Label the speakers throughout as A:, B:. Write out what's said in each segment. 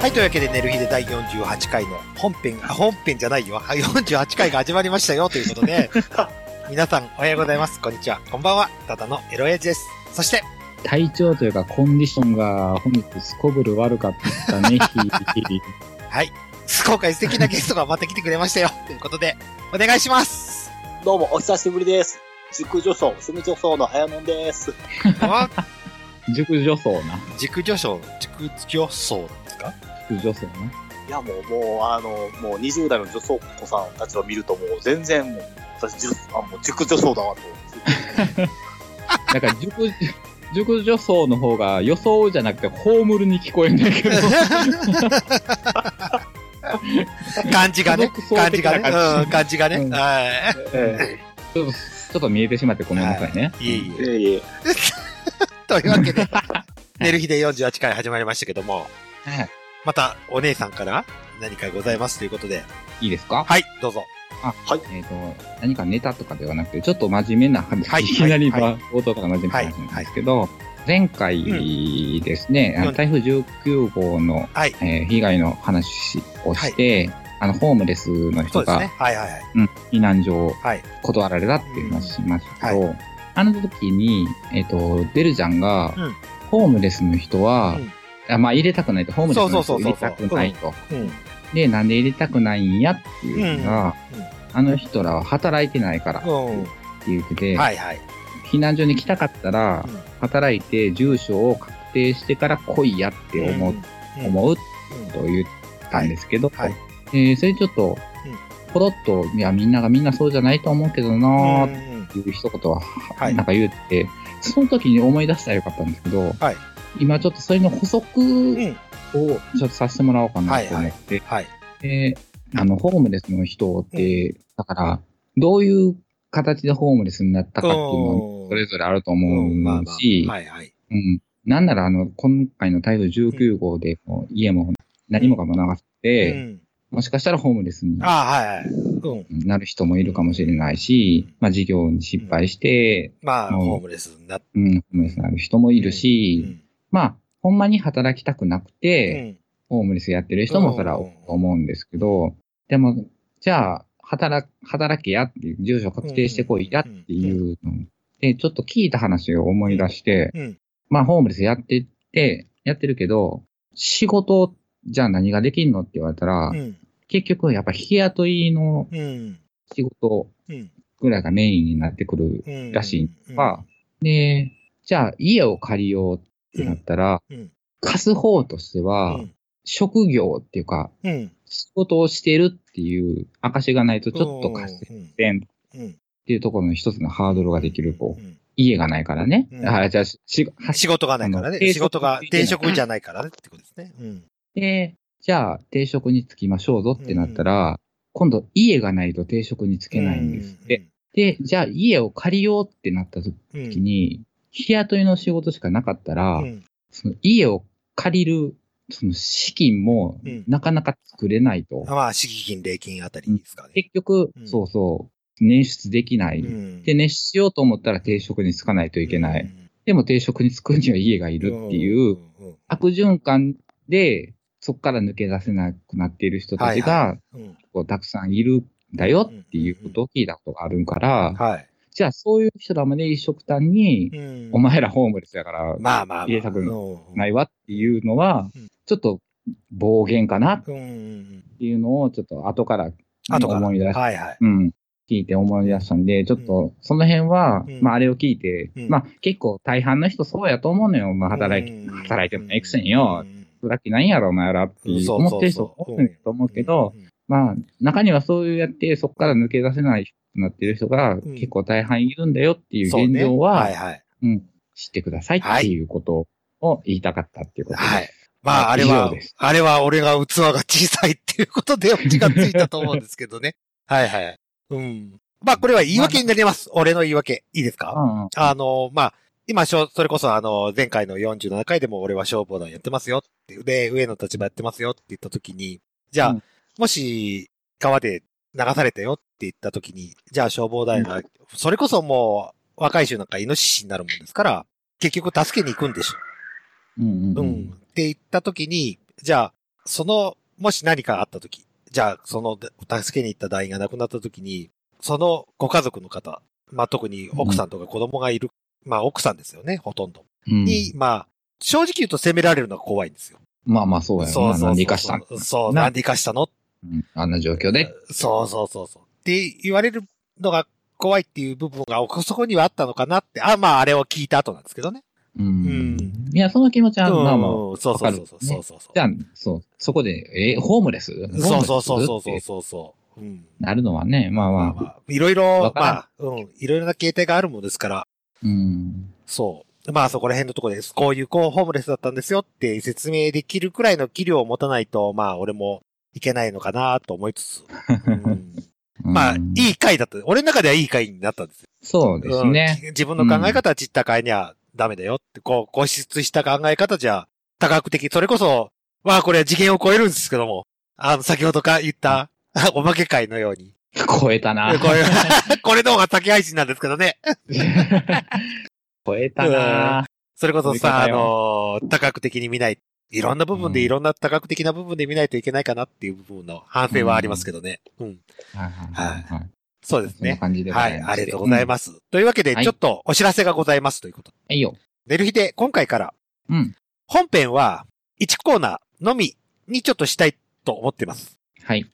A: はい、というわけで、寝る日で第48回の本編、あ、本編じゃないよ。はい48回が始まりましたよ、ということ で。皆さん、おはようございます。こんにちは。こんばんは。ただのエロエイジです。そして、
B: 体調というかコンディションが本日すこぶる悪かった ね、日
A: はい、今回素敵なゲストがまた来てくれましたよ。ということで、お願いし ます。
C: どうも、お久しぶりです。塾女装、住女装の早野です。
A: あ
B: 々。塾女層な。
A: 軸女装、軸女装です か
B: 塾女層ない
C: や、もう、もう、あの、もう20代の女装子さんたちを見ると、もう全然、もう、私、塾あ、もう塾女装だわ、と。
B: なんか塾、塾女層の方が予想じゃなくて葬るに聞こえんだ けど。
A: 感じがね。
B: 家族層
A: 感じ
B: 的
A: がね。
B: な
A: うん、感じがね。
B: うん
A: は
B: ちょっと、ちょっと見えてしまってごめんなさいね。
A: い。いえいえ。
C: えいえ。
A: というわけで、寝る日で48回始まりましたけども、
B: はい
A: またお姉さんから何かございますということで、
B: いいですか
A: はい、どうぞ。
B: えっ、と、何かネタとかではなくて、ちょっと真面目な話、
A: はい
B: い、きなり、
A: はい
B: まあ冒頭から真面目な話なんですけど、前回ですね、あの
A: うん
B: 台風19号の、
A: はい
B: えー被害の話をして、あの、ホームレスの
A: そ
B: 人
A: うです
B: が、
A: ね。はいはいはい。
B: うん、避難所を
A: はい
B: 断られたっていう話しましたけど、
A: う
B: あの時に、えっ、と、デルちゃんが、
A: うん
B: ホームレスの人は、
A: うん
B: あまあ入れたくないと、ホームレスの人
A: そうそ
B: は入
A: う
B: れ
A: そうそう
B: たくないと。
A: うん。
B: で、なんで入れたくないんやっていうのが、
A: うんうん
B: あの人らは働いてないからって
A: う
B: 言ってて、
A: ん。はいはい。
B: 避難所に来たかったら
A: うん、
B: 働いて住所を確定してから来いやって思う、
A: うん。
B: 思う
A: うん
B: と言ったんですけど、
A: はいは
B: えーそれちょっと
A: う、
B: ポロッと、いや、みんながみんなそうじゃないと思うけどな
A: う
B: ーっ
A: ん。
B: ていう一言は、
A: はい
B: なんか言って、その時に思い出したらよかったんですけど、
A: はい
B: 今ちょっとそれの補足
A: うん。
B: をちょっとさせてもらおうかなと思って、
A: はい。
B: で、あの、ホームレスの人って、だから、どういう形でホームレスになったかっていうの
A: うん
B: は、それぞれあると
A: うんまあ
B: 思
A: ま
B: う
A: あ
B: し、
A: はいはい。
B: うん。なんなら、あの、今回の台風19号で、もう家も何もかも流せ
A: う
B: て、
A: ん。
B: もしかしたらホームレスに
A: ああ、はいはい。うん。
B: なる人もいるかもしれないし、まあ、事業に失敗して、
A: まあ、
B: うん
A: ホームレスになって。
B: うん、ホームレスになる人もいる
A: うん。
B: し、まあ、ほんまに働きたくなく
A: う
B: て、
A: ん
B: ホームレスやってる人もそら思うんですけど、でも、じゃあ、働、働けやっていう、住所確定してこいやっていうの。で、ちょっと聞いた話を思い出して、
A: うん。
B: まあ、ホームレスやってて、やってるけど、仕事、じゃあ何ができんのって言われたら、
A: うん。
B: 結局やっぱ日雇いの
A: うん。
B: 仕事
A: うん。
B: ぐらいがメインになってくる
A: うん。
B: らしのが、で、じゃあ家を借りようってなったら、
A: うんうん
B: 貸す方として
A: う
B: は、
A: ん。
B: 職業っていうか、
A: うん。
B: 仕事をしてるっていう証がないとちょっと貸して
A: うん。
B: せんっ
A: うん。
B: ていうところの一つのハードルができる、こ
A: う
B: う、
A: ん。
B: 家がないからね。
A: うん
B: あじゃあ、し、し
A: 仕事がないからね
B: あ。の
A: 仕事が定
B: 定
A: 職
B: 職
A: じゃないからねってことですね。うん。
B: で、じゃあ定職に就きましょうぞってなったら、今度家がないと定職に就けないんですって。で、じゃあ家を借りようってなった時
A: うん。うん
B: に、日雇いの仕事しかなかったら、
A: うん
B: その家を借りる、その資金も
A: うん
B: なかなか作れないと。
A: まあ、敷金、礼金あたりですかね。
B: 結局、
A: うん
B: そうそう、捻出できない。
A: うん
B: で、捻出しようと思ったら定職に就かないといけない。でも定職に就くには家がい
A: い
B: るっていう、。
A: うん
B: 悪循環で、そこから抜け出せなくなっている人たち
A: はい
B: が、
A: うん
B: こうたくさんいるんだよっていうことを聞いたことがあるから、
A: はい。
B: じゃあそういう人らまで一緒くたんに、
A: うん
B: お前らホームレスやから、
A: まあまあまあ。
B: 入れたく
A: うん
B: ないわっていうのは
A: うん、
B: ちょっと暴言かなっ
A: うん。
B: ていうのを、ちょっと後から
A: あとから。
B: 思い出し
A: はいはい。
B: うん。聞いて思い出したんで、ちょっと、その辺は、
A: うん
B: まあ、あれを聞いて、
A: うん
B: まあ、結構大半の人そうやと思うのよ。まあ、働いて、
A: うん
B: 働いてもないくせによ
A: う、ん
B: 働きなんやろ、お前らっていう思ってる人多いと思うけど、、まあ、中にはそういうやって、そこから抜け出せない人になってる人が、結構大半いるんだよっていう
A: そう
B: 現
A: ね
B: 状は、
A: はいはい。
B: うん、知ってくださいっていうことを言いたかったっていうことです。
A: はい。まあ、あれ
B: 以
A: は
B: 上です、
A: あれは俺が器が小さいっていうことでオチがついたと思うんですけどね。はいはい。うん。まあ、これは言い訳になります。俺の言い訳。いいですか
B: うんうん
A: あの、まあ、今、しょそれこそ、あの、前回の47回でも俺は消防団やってますよって、で、上の立場やってますよって言った時に、じゃあ、
B: うん
A: もし、川で流されたよって言った時に、じゃあ消防団が、それこそもう、若い衆なんかイノシシになるもんですから、結局助けに行くんでしょ
B: うんうん
A: う。
B: うん
A: っ
B: ん
A: て言ったときに、じゃあ、その、もし何かあった時、じゃあ、その、助けに行った団員が亡くなった時に、そのご家族の方、まあ、特に奥さんとか子供がいる、まあ、奥さんですよね、ほとんど。
B: うん
A: に、まあ、正直言うと責められるのが怖いんですよ。
B: まあまあそうや
A: そう
B: な。
A: そ
B: な
A: う。
B: んで生かしたん
A: そうそう、
B: な
A: なんで生かしたの
B: うんあんな状況で。
A: そうそうそうそう。って言われるのが怖いっていう部分が、そこにはあったのかなって、あ、まあ、あれを聞いた後なんですけどね。
B: うん
A: う。
B: いや、その気持ちは、まあまあ。
A: うんそうそうそうそうそうそう。
B: じゃあ、そう、そこで、え、ホームレス
A: そうそうそうそう
B: ホーム
A: そ
B: レ
A: う
B: スって
A: そうそう。うん。
B: なるのはね、まあ
A: まあ
B: ま
A: ま
B: あ。
A: あ、いろいろ
B: わ、か
A: ま
B: らん
A: あ、うん、いろいろな形態があるものですから、
B: うん。
A: そう。まあそこら辺のところです。こういうこうホームレスだったんですよって説明できるくらいの技量を持たないと、まあ俺もいけないのかなと思いつつ。 うんまあ、
B: う
A: い
B: ん
A: い回だった。俺の中ではいい回になったんですよ。
B: そうですね。
A: うん自分の考え方は散った回にはダメだよって、こう、固執した考え方じゃ、多角的、それこそ、まあこれは次元を超えるんですけども、あの、先ほどか言った、 おまけ会のように。
B: 超えたな。
A: これ、 これの方が先配信なんですけどね。
B: 超えたな。
A: それこそ
B: 見方
A: さ、あ
B: よ
A: のー、多角的に見ない。いろんな部分で、
B: うん
A: いろんな多角的な部分で見ないといけないかなっていう部分の反省はありますけどね。うん。
B: はいはいはいはい。
A: そうです
B: そんな
A: ね。
B: 感じでご
A: は
B: ざ
A: い。
B: ま
A: あ
B: して
A: りがとうござい
B: うんは
A: ます。というわけで、
B: はい
A: ちょっとお知らせがございますということ。
B: いよ。
A: 寝る日で、今回から、
B: うん。
A: 本編は1コーナーのみにちょっとしたいと思ってます。
B: はい。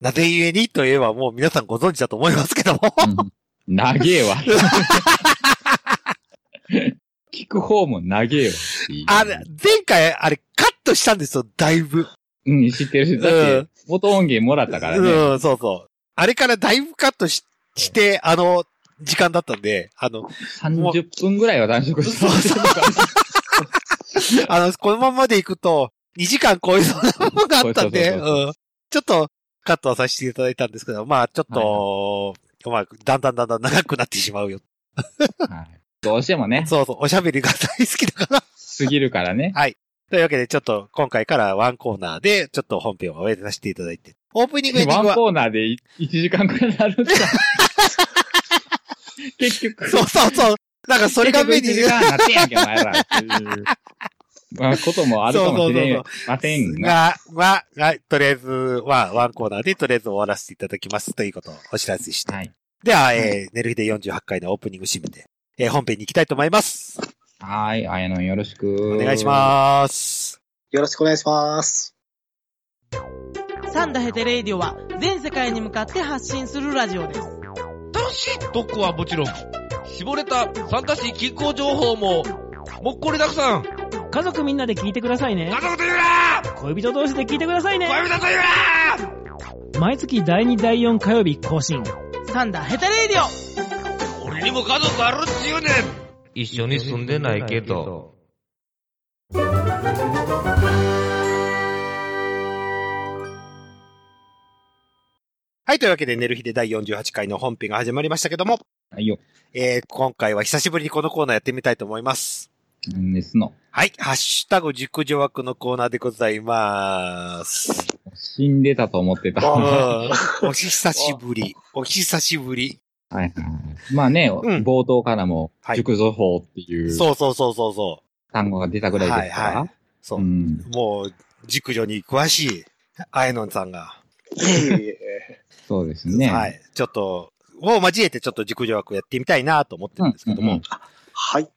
A: なぜゆえにといえばもう皆さんご存知だと思いますけども。
B: うん長えわ。聞く方も長えわ。
A: あれ、前回、あれ、カットしたんですよ、だいぶ。
B: うん、知ってるし。だっ
A: うん
B: て、元音源もらったからね。
A: うん、そうそう。あれからだいぶカットしして、あの、時間だったんで、あの、
B: 30分ぐらいは断食して
A: あの、このままで行くと、2時間超えそうなものがあったんで、
B: そうそうそう
A: うんちょっと、カットはさせていただいたんですけど、まあ、ちょっと、まあ、だんだんだんだん長くなってしまうよ。
B: はいどうしてもね、
A: そうそう、おしゃべりが大好きだから。
B: 過ぎるからね。
A: というわけで、ちょっと、今回からワンコーナーで、ちょっと本編を終えさせていただいて、オープニングエンディ
B: ワ
A: ング
B: ン
A: は、
B: コーナーで1時間くらいにな るんだ。結局。
A: そうそうそう、なんかそれが目に
B: 結、局1時間になってんやんけ、お前ら。っていうまあ、こともあるかもしれんよ。まてんが。
A: が、まあ、が、とりあえず、は、ワンコーナーで、とりあえず終わらせていただきますということをお知らせして。
B: はい。
A: では、えー、寝る日で48回のオープニング締めて、えー、本編に行きたいと思います。
B: はーい、あやのんよろしく。
A: お願いします。
C: よろしくお願いします。
D: サンダヘテレイディオは全世界に向かって発信するラジオです。
E: 楽しい特攻はもちろん、絞れた参加し均衡情報も、もっこりたくさん。
F: 家族みんなで聞いてくださいね
E: 家。族と言うな
F: 恋人同士で聞いてくださいね。
E: 恋人と言うな
F: 毎月第2、第4火曜日更新。
D: サンダヘテレイディオ
E: 俺にも家族あるっちゅうねん一緒に住んでないけど。
A: はい、というわけで、寝る日で第48回の本編が始まりましたけども、
B: はいよ。
A: えー、今回は久しぶりにこのコーナーやってみたいと思います。
B: うんですの。
A: はい、ハッシュタグ熟女枠のコーナーでございます。
B: 死んでたと思ってた。
A: うん
B: は
A: お久しぶり。お久しぶり。
B: いはいはい。まあね、
A: ん
B: 冒頭からも
A: は、い
B: 熟女法っていう
A: そうそうそうそうそ
B: 単語が出たぐ
A: う。
B: らい
A: は
B: で
A: い
B: すから
A: は。い。そうう。
B: ん。
A: もう、熟女に詳しい、あえのんさんが、
C: いえいえ
B: そうですね。
A: はい。ちょっと、を交えてちょっと熟女枠をやってみたいなと思ってるんですけども、
B: うんうん
C: はい。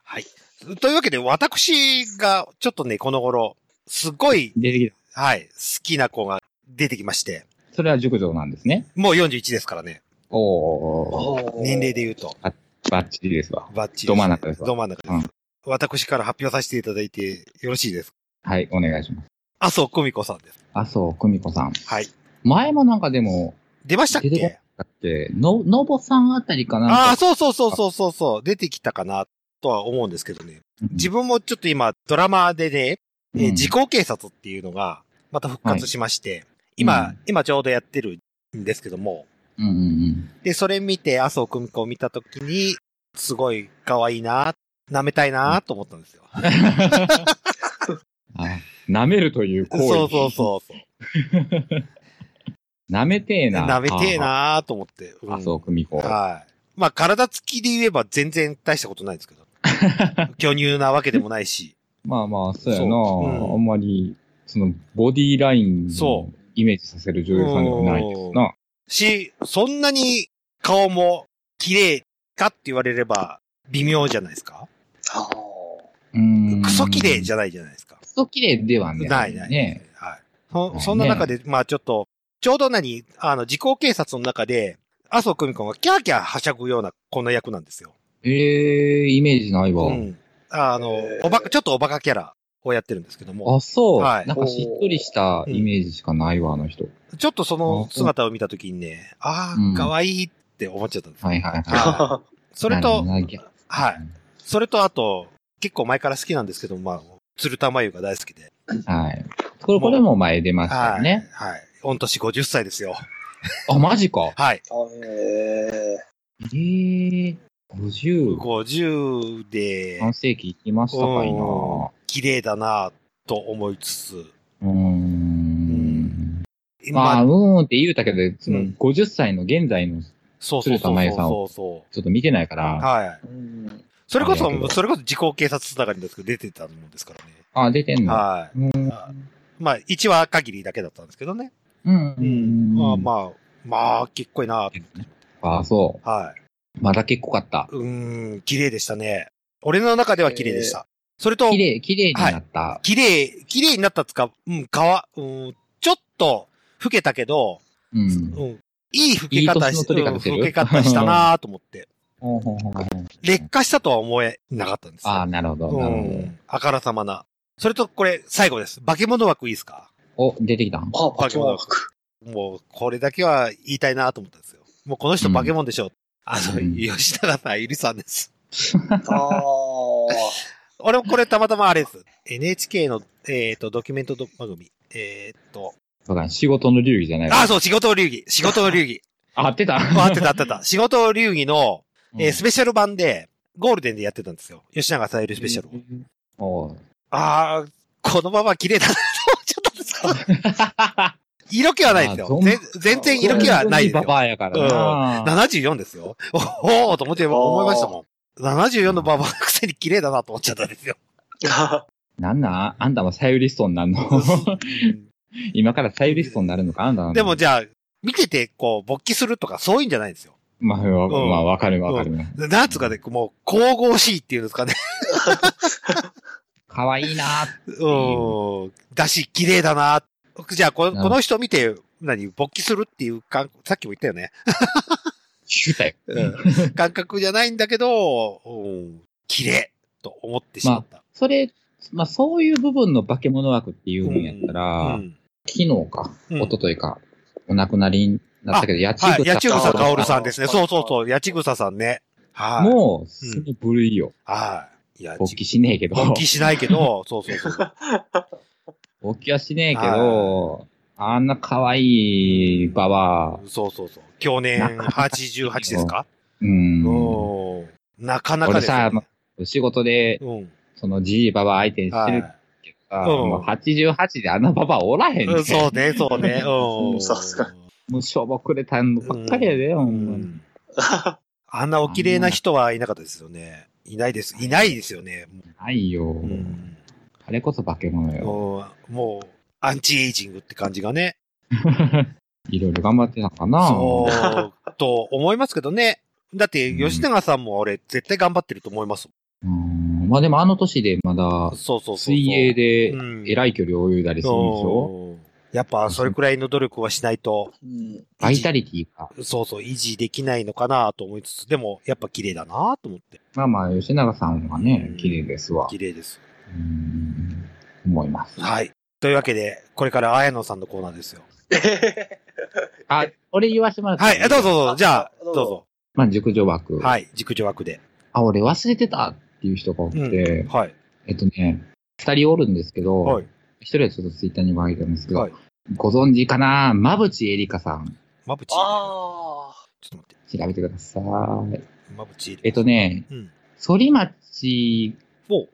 A: というわけで、私がちょっとね、この頃、すごい、
B: 出てきた。
A: はい、好きな子が出てきまして、
B: それは熟女なんですね。
A: もう41ですからね、
B: おー、
A: 年齢で言うと。
B: バッチリですわ。
A: バッチリ。
B: ど真ん中ですわ
A: ど真ん中です。
B: うん
A: 私から発表させていただいてよろしいですか
B: はい、お願いします。
A: 麻生久美子さんです。
B: 麻生久美子さん。
A: はい。
B: 前もなんかでも、
A: 出ましたっ
B: 出てこな
A: け
B: かったっけの、のぼさんあたりかなんか。
A: ああ、そうそうそうそうそうそう、出てきたかなとは思うんですけどね。
B: うん
A: 自分もちょっと今、ドラマでね、えー
B: うん
A: 時効警察っていうのが、また復活しまして、今、
B: うん
A: 今ちょうどやってるんですけども、
B: うんうん
A: で、それ見て、麻生久美子を見たときに、すごい可愛いな、舐めたいなと思ったんですよ。
B: うん。あ舐めるという行為。
A: そうそうそうそう。
B: 舐めてえな。
A: 舐めてえなと思って。うん
B: あ。麻生久美子。
A: はい。まあ、体つきで言えば全然大したことないんですけど。巨乳なわけでもないし。
B: まあまあ、そうやな。
A: そううん
B: あんまり、その、ボディライン
A: そ
B: をイメージさせる女優さんではないですな。
A: し、そんなに顔も綺麗かって言われれば微妙じゃないですか。
C: あ
B: うん
A: クソ綺麗じ
B: ゃ。
A: ゃないじゃないですか。
B: クソ綺麗ではね。
A: ないない。
B: ね。
A: はい。
B: な
A: そ
B: い
A: そんな中で、まあちょっと、ちょうど何、あの、時効警察の中で、麻生久美子がキャーキャーはしゃぐような、こんな役なんですよ。
B: ええイメージないわ。
A: うん。あの、おばか、ちょっとおバカキャラをやってるんですけども、
B: あ、そう。
A: はい
B: なんかしっとりしたイメージしかないわ、あの人。
A: ちょっとその
B: あ
A: 姿を見たときにね、あ
B: うん
A: あ、かわいいって思っちゃったんですよ。
B: はいはいはい。
A: は
C: あ。
A: それと、
B: なるほどな
A: はい。それとあと、結構前から好きなんですけど、まあ、鶴玉優が大好きで。
B: はい。これ、これも前出ました
A: は
B: よ
A: い。
B: ね。
A: はい。御年50歳ですよ。
B: あ、マジか。
A: はい。
B: え
C: え
B: え50、
A: 50で、
B: 半世紀いきましたかいな。
A: うん綺麗だなぁと思いつつ、
B: うーん。ま
A: ま
B: あ、う
A: あ
B: ーんって言うたけど、そうの
A: ん
B: 50歳の現在のち
A: そうそう
B: 鶴
A: そ
B: 田
A: うそう
B: 真由さん
A: そう
B: を
A: そ
B: ょっと見てないか
A: う。
B: ら、
A: はい。
C: ー。うん。
A: それこそ
B: ありがと、う
A: それこそ自己警察つながりですけど、出てたもんですからね。
B: あ、出てんの。
A: はい。
B: うん
A: まあ、1話限りだけだったんですけどね。
B: うん。うん。
A: まあまあ、まあ、結構いいなぁ
B: あ。あ、そ
A: は
B: う。まだ結構かった
A: い。。うーん、綺麗でしたね。俺の中では綺麗でした。それと、
B: 綺麗、綺麗になった。
A: 綺麗、綺麗になったっつか、うん、かわ、うん、ちょっと、老けたけど、
B: うん。
A: うん、いい老け方
B: いい年
A: し
B: の取り方してる
A: うん老け方したなぁと思って。
B: ほうほうほうほう
A: 劣化したとは思えなかったんですよ。
B: ああ、なるほど。
A: う
B: なる
A: ん。あからさまな。それと、これ、最後です。化け物枠いいですか
B: ほど。お、出てきたん
C: あ、化け物枠。
A: もう、これだけは言いたいなと思ったんですよ。もうこの人化け物でしょ。あの、
B: うん
A: 吉永さん、ゆりさんです。
C: ああ。
A: 俺もこれたまたまあれです。NHK の、えっ、と、ドキュメントド番組。えっ、と、
B: そうだ、仕事の流儀じゃない
A: あ、
B: う。
A: そう、仕事の流儀。仕事の流儀。
B: 合ってた
A: あ合ってた合ってた。仕事の流儀の、えース
B: ス
A: ペシャル版で、ゴールデンでやってたんですよ。吉永さん、ゆりスペシャルを。
B: おう
A: あー、このまま綺麗だなと思っちゃったんですけど。色気はないです
B: あゾ
A: よ
B: ン。
A: ぜ全然色気はないです
B: バ
A: よ。
B: バアやからな。
A: 74ですよ。おおーと思って思いましたもん。74のババアのくせに綺麗だなと思っちゃったん ですよ。
B: なんなんあんたもサユリストになるの 今からサユリストになるのかあんた
A: でも
B: ゃ
A: じゃあ、見てて、こう、勃起するとかそういうんじゃないんですよ。
B: まあ、わ
A: うん
B: まあわかるわかる。
A: なんつうかね、もう、神々しいっていうんですかね。
B: かわいいな
A: うん。だし、綺麗だな。じゃあこ、
B: うん
A: この人見て、何、勃起するっていう感、さっきも言ったよね。
B: 言うたよ。
A: うん感覚じゃないんだけど、うん綺麗と思ってしまった。
B: それ、まあそういう部分の化け物枠っていうんやったら、
A: うん
B: 昨日か、
A: うん
B: 一昨日か、お亡くなりになったけど、八千
A: はい、
B: 草
A: 八千草
B: 薫
A: 薫さんですね。
C: あ
A: そうそうそう、八千草さんね。はい。
B: もう、その部類よ。
A: はい。いや
B: 勃起しねえけど。
A: 勃起しないけど、そうそう そう。
B: 勃起はしねえけど、あんな可愛いババア、
A: そうそうそう。去年88ですか
B: うん。
A: うん。なかなか
B: 俺
A: ですよ
B: さ
A: ね。、
B: 仕事で、
A: うん。
B: そのじいババア相手にし
A: は
B: てる
A: い
B: けどさ、
A: うん
B: もう88であんなババアおらへんね、
A: うんそうね、そう ね。う。
C: うんんさすが
B: もうしょぼくれたのばっかりやで、ほ
A: うん
B: まに。
A: んあんなお綺麗な人はいなかったですよね。いないです。いないですよね。
B: ないよ、
A: うん。
B: あれこそ化け物よ。
A: うんもう、アンチエイジングって感じがね。
B: いろいろ頑張ってたかな。
A: そう、と思いますけどね。だって、
B: うん
A: 吉永さんも俺、絶対頑張ってると思いますも
B: うんまあでもあの年でまだ
A: ん。、そうそうそうそう。
B: 水泳で
A: うん、
B: 偉い距離を泳いだりするんでしょ、
A: うんやっぱ、それくらいの努力はしないと、
C: うん。
B: バイタリティか。
A: そうそう、維持できないのかなと思いつつ、でも、やっぱ綺麗だなと思って。
B: まあまあ、吉永さんはね
A: う、ん
B: 綺麗ですわ。
A: 綺麗です。
B: うん思います。
A: はい。というわけで、これから綾野さんのコーナーですよ。
B: あ、俺言わしてもらってい
A: はいい、あどうぞどうぞ、
C: あ
A: じゃあ、
C: あ
A: どう
C: どうぞ
A: ぞ。
B: まあ、熟女枠。
A: はい、熟女枠で。
B: あ、俺忘れてたっていう人が多くて、
A: うん。はい。
B: えっとね、二人おるんですけど、一、
A: はい。
B: 人はちょっとツイッターにもあげたんですけど、
A: はい
B: ご存知かなまぶちえりかさん。
A: まぶち。ちょ
C: ああ。
A: っと待って。
B: 調べてください。
A: まぶち。
B: えっと。ね、
A: うん。
B: 反町、
A: おう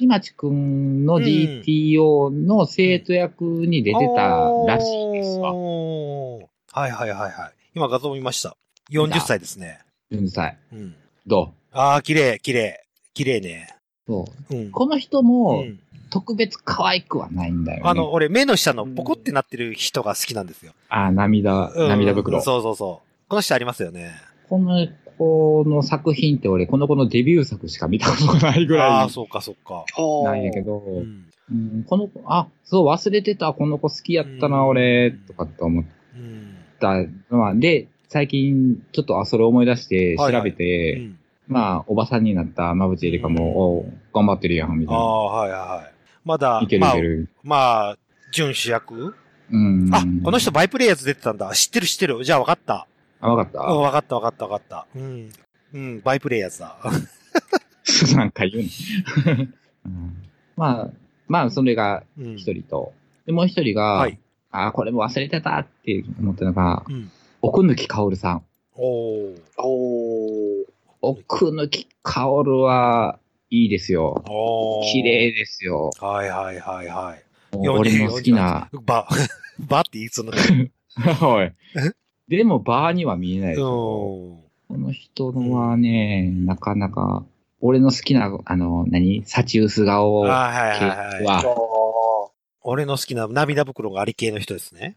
B: 反町くんの
A: うん
B: GTO の生徒役に出てたらしいですわ。
A: おーはいはいはいはい。今画像見ました。40歳ですね。
B: 40歳。
A: うん。
B: ど
A: ああ、綺麗、綺麗。綺麗ね。
B: うそう。
A: うん。
B: この人も、
A: うん
B: 特別可愛くはないんだよね。
A: あの、、俺、目の下のポコってなってる人が好きなんですよ。
B: あ、涙、
A: うん
B: 涙袋。
A: そうそうそう。この人ありますよね。
B: この子の作品って俺、この子のデビュー作しか見たことないぐ
A: あ
B: ら
A: あ、
B: い
A: そうかそうか。
B: なんやけど、
A: う
B: うん
A: ん。
B: この子、あ、そう、忘れてた、この子好きやったな、
A: うん
B: 俺、とかって思っ
A: うん。
B: たのは、で、最近、ちょっと、あ、それ思い出して、調
A: はいはい
B: べて、
A: うん
B: まあ、おばさんになった、まぶちえりか
A: うん
B: も、お頑張ってるやん、みた
A: あ
B: いな。
A: あ、はいはいはい。まだ
B: い、けるいける。
A: まあ、まあ、準主役
B: うん。
A: あ、この人バイプレイヤーズ出てたんだ。知ってる知ってる。じゃあ分かった。
B: あ、わかった。
A: うん、分かった分かった分かった。うん。うん、バイプレイヤーズだ。
B: なんか言う ね、うんまあ、まあ、それが
A: うん
B: 一。人と。で、もう一人が、
A: はい。
B: あーこれも忘れてたって思ったのが、
A: うん。
B: 奥貫薫さん。
A: おー。
C: おー
B: 奥貫薫は、いいですよ。
A: おー。
B: 綺。麗ですよ。
A: はいはいはいはい。
B: もう俺の好きな。
A: ば、 ばって言いそうになっ
B: おい。でも、バーには見えないで
A: た。
B: す
A: うん。
B: よ。この人のはね、なかなか、俺の好きな、あの、何サチウス顔
A: あ
B: 系
A: はいはいはい。
C: あ
B: は、
A: 俺の好きな涙袋があり系の人ですね。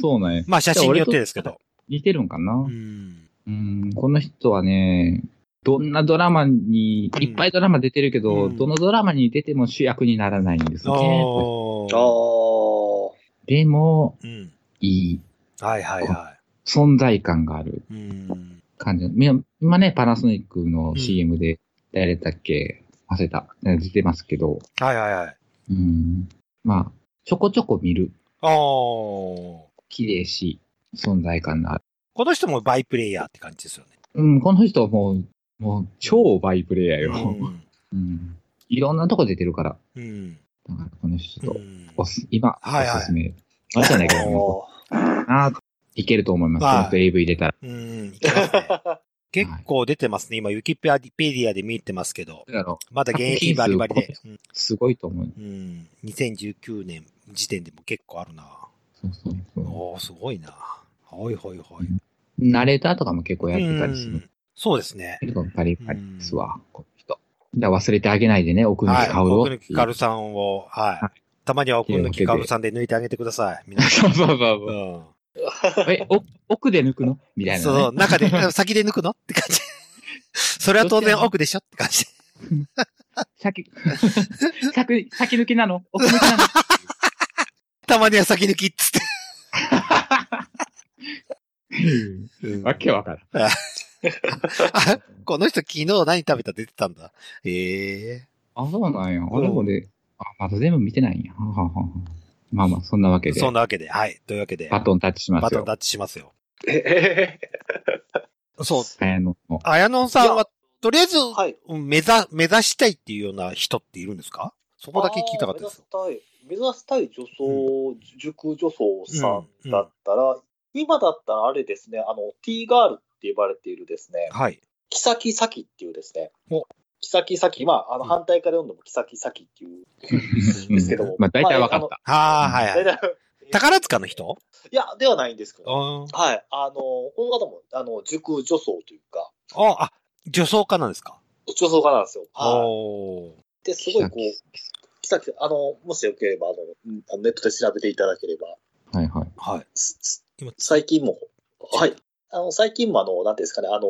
B: そうなんや。
A: まあ写真によってですけど。
B: 似てるんかな、
A: うん。
B: うん、この人はね、どんなドラマに、
A: うん
B: いっぱいドラマ出てるけど、
A: うん
B: どのドラマに出ても主役にならないんですね。
A: お
C: あ
A: ー。
C: ー。
B: でも、
A: うん。
B: いい
A: はいはいは
B: 存在感がある
A: い。うん。
B: 感じの。み今ね、パナソニックの
A: ん
B: CM で、誰だっけ、忘れた、出てますけど、
A: はいはいはい。
B: うん、まあ、ちょこちょこ見る。
A: おー。
B: 綺麗し、存在感のある。
A: この人もバイプレイヤーって感じですよね。
B: うん、この人はもう、もう超バイプレイヤー
A: う
B: よ。
A: ん。
B: うん、いろんなとこ出てるから。
A: うん。
B: だからこの人と、
A: うん
B: おす、今、
A: はいはい
B: おすすめ。あれじゃないけど、も
C: お
B: うあーいけると思います。
A: はい
B: ちゃんと AV 出たら。
A: うん。いけますね結構出てますね。今、ウィキペディアで見てますけど。
B: だから、
A: まだ現役バリバリで。うん
B: すごいと思う。
A: うん。2019年時点でも結構あるな。
B: そうそうそ
A: おー、すごいな。ほいほいほい。
B: う。ナレーターとかも結構やってたりす
A: う
B: る。
A: んそうですね。
B: けど、パリパリですわ、この人。だから忘れてあげないでね、奥に
A: はい。
B: 顔を。
A: 奥抜きかるさんを、は。
B: はい
A: たまには奥抜きかるさんで抜いてあげてください。皆さ
B: そ
A: ん。
B: うそうそう
A: う
B: そ
A: ん。
B: う。え、お奥で抜くのみたいな、ね。
A: そうそう、中で、先で抜くのって感 じ。それは当然奥でしょって感じ。
B: 先、先、先抜きなの奥抜きなの
A: たまには先抜きっつっ
B: う
A: て。
B: んわけわからん。
A: あこの人昨日何食べた出てたんだ。ええ
B: あ、そうなんや。
A: うん
B: あれもね、あ、まだ全部見てないんや。はははまあまあ、そんなわけで、
A: そんなわけで、はい。というわけで、
B: バトンタッチしま
A: バ
B: す
A: トン
B: よ。
A: タッチしますよ。
C: ーえ
A: そう。
B: 綾野の。
A: 綾野さんは、とりあえず、
C: ーはい。
A: うん目指、目指したいっていうような人っているんですかそこだけ聞いたかったですよ。
C: あー目指したい、目指したい女装、塾女装さんだったら、今だったらあれですね、あの、T ガールって呼ばれているですね、
A: はい。
C: キサキサキっていうですね
A: お、
C: キサキサキ、まあ、あの、反対から読んでもキサキサキっていうですけども
B: まあ、大体わかった。
A: ああ、 はい
C: 大
A: はい。
C: 体、
A: 宝塚の人
C: いや、ではないんですけど、
A: あ
C: はい、あの、この方も、あの、塾女装というか、
A: あ、あ、女装家なんですか
C: 女装家なんですよ。はい。
A: おー
C: で、すごいこう、キサキサキ、あの、もしよければ、あのうんあの、ネットで調べていただければ、
B: はいはい。
A: はい。
C: すす
A: 今
C: 最近も、はい。あの、最近もあの、なんていうんですかね、あの、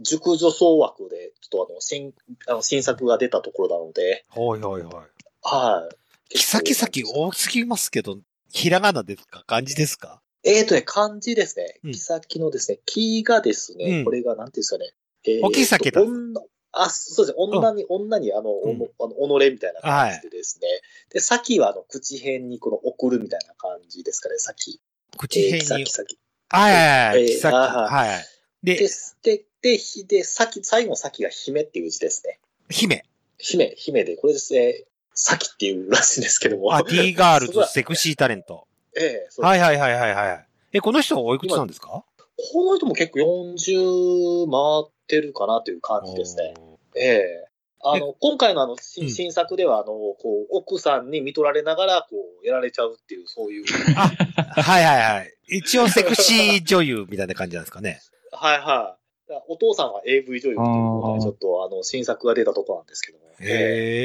C: 塾女装枠で、ちょっとあの、新、あの、新作が出たところなので、
A: ほいほいほい。
C: はい。
A: キサキサキ多すぎますけど、ひらがなですか漢字ですか
C: えーとね、漢字ですね。
A: うん
C: キサキのですね、キがですね、
A: うん
C: これがなんていうんですかね。え
A: お妃だ
C: と女あ、そうですね。女に、女に、あの、おの、あの、己みたいな感じでですね。で、先は、あの、口辺にこの送るみたいな感じですかね、先。
A: 口
C: えーキサ
A: 辺に
C: キ。サキ。
A: はいはいはい。
C: えー
A: キサキ。
C: あー
A: はい。
C: で
A: で、、
C: で、で、ひで、先、最後の先が姫っていう字ですね。
A: 姫。
C: 姫、姫で、これですね、先っていうらしいんですけども。
A: あ、D ガール
C: すご
A: ズ
C: い
A: セクシータレント。
C: ええそう
A: はいはいはいはいはい。え、この人はおいくつなんですか
C: この人も結構40回ってるかなという感じですね。
A: おー
C: ええあの、今回のあ
A: う
C: の、
A: ん
C: 新新作では、あの、こう、奥さんに見取られながら、こう、やられちゃうっていう、そ ういう。
A: はいはいはい。一応セクシー女優みたいな感じなんですかね。
C: はいはだからお父さんは AV 女優っていうことで、ちょっとあの、新作が出たとこなんですけども。
A: へ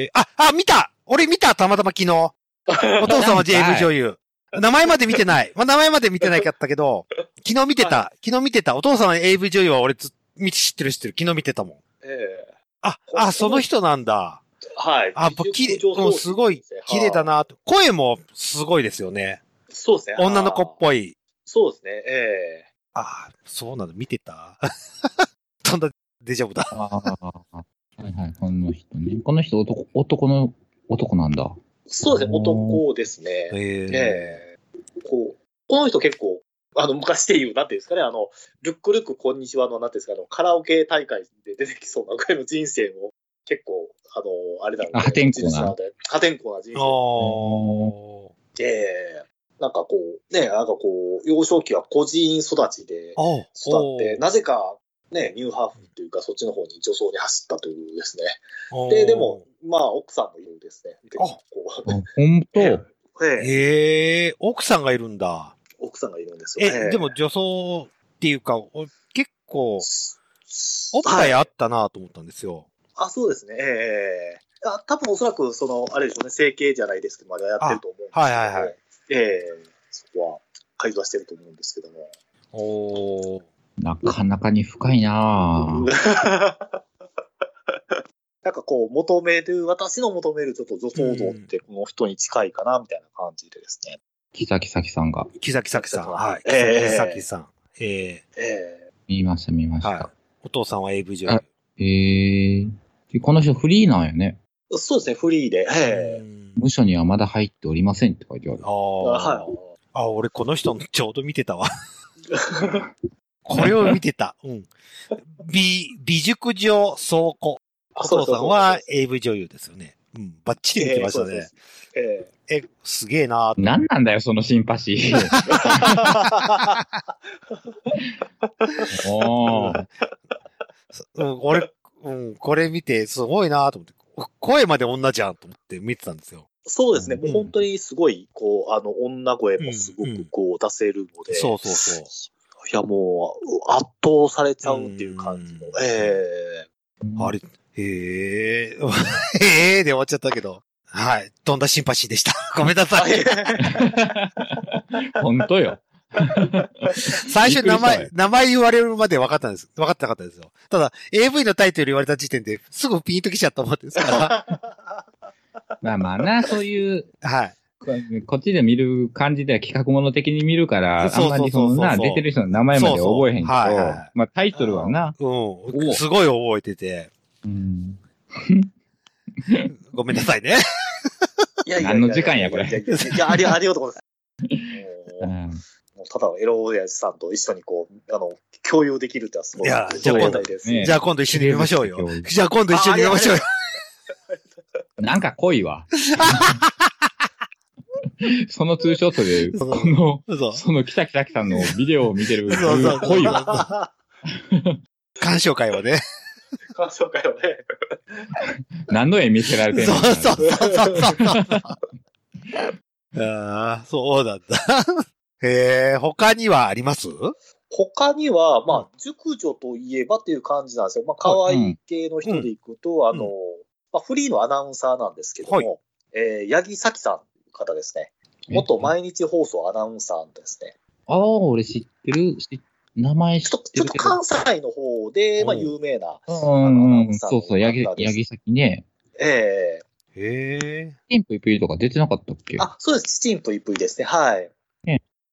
A: え。あ、あ、見た俺見たたまたま昨日。お父さんは AV 女優。名前まで見てない。まあ、名前まで見てないかったけど、昨日見てた。昨日見てた。お父さんは AV 女優は俺ずっと知ってる知ってる。昨日見てたもん。
C: ええ
A: あ、あ、その人なんだ。
C: はい。
A: あ、やっぱ綺
C: 美術
A: 麗、
C: 上
A: うん、
C: 層
A: すごい
C: ですね
A: 綺麗だ。
C: は
A: なと。声もすごいですよね。
C: いそうですね。
A: 女の子っ
C: い。
A: ぽい。
C: そうですね。え
A: あ、そうなの、見てた そんな、大丈夫だ。
B: ああ。はいはい、この人ね。この人男、男の、男なんだ。
C: えそうです
B: お
C: ね。
B: ー
C: 男ですね。
A: ええ
C: ええこう、この人結構、あの、昔で言う、なんていうんですかね、あの、ルックルックこんにちはの、なんていうんですか、あの、カラオケ大会で出てきそうなぐらいの人生を、結構、あの、あれなんで
B: あ破天荒な
C: 人生ので破天荒な人
A: あ
C: 生
A: ー
C: で、なんかこう、ね、なんかこう、幼少期は孤児院育ちで
A: あ。お
C: 育って、なぜか、ね、ニューハーフというか、そっちの方に女装に走ったというですね。
A: お
C: で、でも、、まあ、奥さんもいるんですね。結構
A: あ
B: あ本当
C: えええ
A: ええ奥さんがいるんだ。
C: 奥さんがいるんですよ。
A: え、でも女装っていうか、お結構、お
C: お
A: っぱいあ
C: あ
A: ったなと思ったんですよ。
C: あ、そうですね。ええええあ、多分おそらく、その、あれでしょうね、整形じゃないですけど、あれはやってると思うんですけど。
A: はいはいはい。
C: ええそこは、会話してると思うんですけども。
A: おー
B: なかなかに深いなぁ。
C: なんかこう、求める、私の求めるちょっと女装像ってこの人に近いかな、みたいな感じでですね。
B: 木崎咲さんが。
A: 木崎咲さん。はい。木
C: ええ
A: 崎咲さん。ええ
C: え
B: 見ました、見ました。
A: はい。お父さんは AV 女優
B: あ。えー、でこの人フリーなんよね。
C: えそうですね、フリーで。え
A: う
C: え
A: ん
B: 無所にはまだ入っておりませんって書いてある
A: あ。
C: あ
A: あ。
C: はい。
A: あ、俺この人のちょうど見てた わ。これを見てた。うん。美、美塾上倉庫。お
C: そう
A: 父
C: そう
A: さ
C: そうん
A: は AV 女優ですよね。うん。バッチリ見てました
C: ええ
A: ね。
C: ええ
A: え、すげえなー
B: なんなんだよ、そのシンパシ ー。 おー
A: うん、俺、うん、これ見て、すごいなーと思って、こ声まで女じゃんと思って見てたんですよ。
C: そうですね、
A: うん
C: もう本当にすごい、こう、あの、女声もすごくこう出せるので、
A: そうそうそう。
C: いや、もう、圧倒されちゃうっていう感じの
A: うん。
C: え
A: あれ、 へえ、へえで終わっちゃったけど。はい。とんだシンパシーでした。ごめんなさい。
B: 本当よ。
A: 最初名
B: びっくり
A: 前
B: し、
A: 名前言われるまで分かったんです。分かってなかったんですよ。ただ、AV のタイトル言われた時点ですぐピンときちゃったもんですか
B: まあまあな、そういう、
A: ら。はい。
B: ここっちで見る感じでは企画もの的に見るから、あ
A: そ
B: ん
A: うそ
B: ま
A: うそう
B: り
A: そう
B: そのな、出てる人の名前まで覚えへんけど、
A: そうそうはいはい
B: まあタイトルはな、
A: う
B: お
A: ん。
B: う
A: すごい覚えてて。
B: うん、
A: ごめんなさいね。
C: えいやいやいやいや
B: 何の時間やこれ
C: いやいやいや、あり ありがとうございます。
B: う
C: もうんもうただのエロ親父さんと一緒にこう、あの、共有できるってのはすごい。
A: いや
C: じゃ
A: じゃあ今度
C: です
B: ねえ
C: ね。
A: じゃあ今度一緒に見ましょうよ
B: 今。日
A: じゃあ今度一緒に見ましょうよ。
B: なんか濃いわ。 そのツーショットで、
A: そう
B: この、
A: そう。
B: その北北さんのビデオを見てる、
A: そうそう
B: 濃いわ。
A: 鑑賞会は ね。
C: 感想会をね。
B: 何の絵見せられて
A: そ
B: ん
A: う
B: の
A: そうそうそう そう。ああ、そうなんだ。 へえ、他にはあります
C: 他には、
A: うん
C: まあ、熟女といえばっていう感じなんですよ。まあ、可愛い系の人でいくと、あの、まあ、フリーのアナウンサーなんですけども、
A: はい
C: えー、八木咲さんという方ですね。
B: え
C: 元毎日放送アナウンサーですね。
B: ああ、俺知ってる。知名前
C: ち
B: 知
C: ょっ
B: っ
C: と、
B: て
C: ちょ
B: る
C: っと
B: けど。
C: 関西の方で、まあ、
A: うん
C: 有名な、
B: うん
C: あ
B: う
C: の
B: ん、そうそう、八木
C: アナウンサーの方です
B: 八木崎ね。
C: え
A: へえ。
B: ピンプイプイとか出てなかったっけ
C: えあ、そうです。スチンプイプイですね。はい。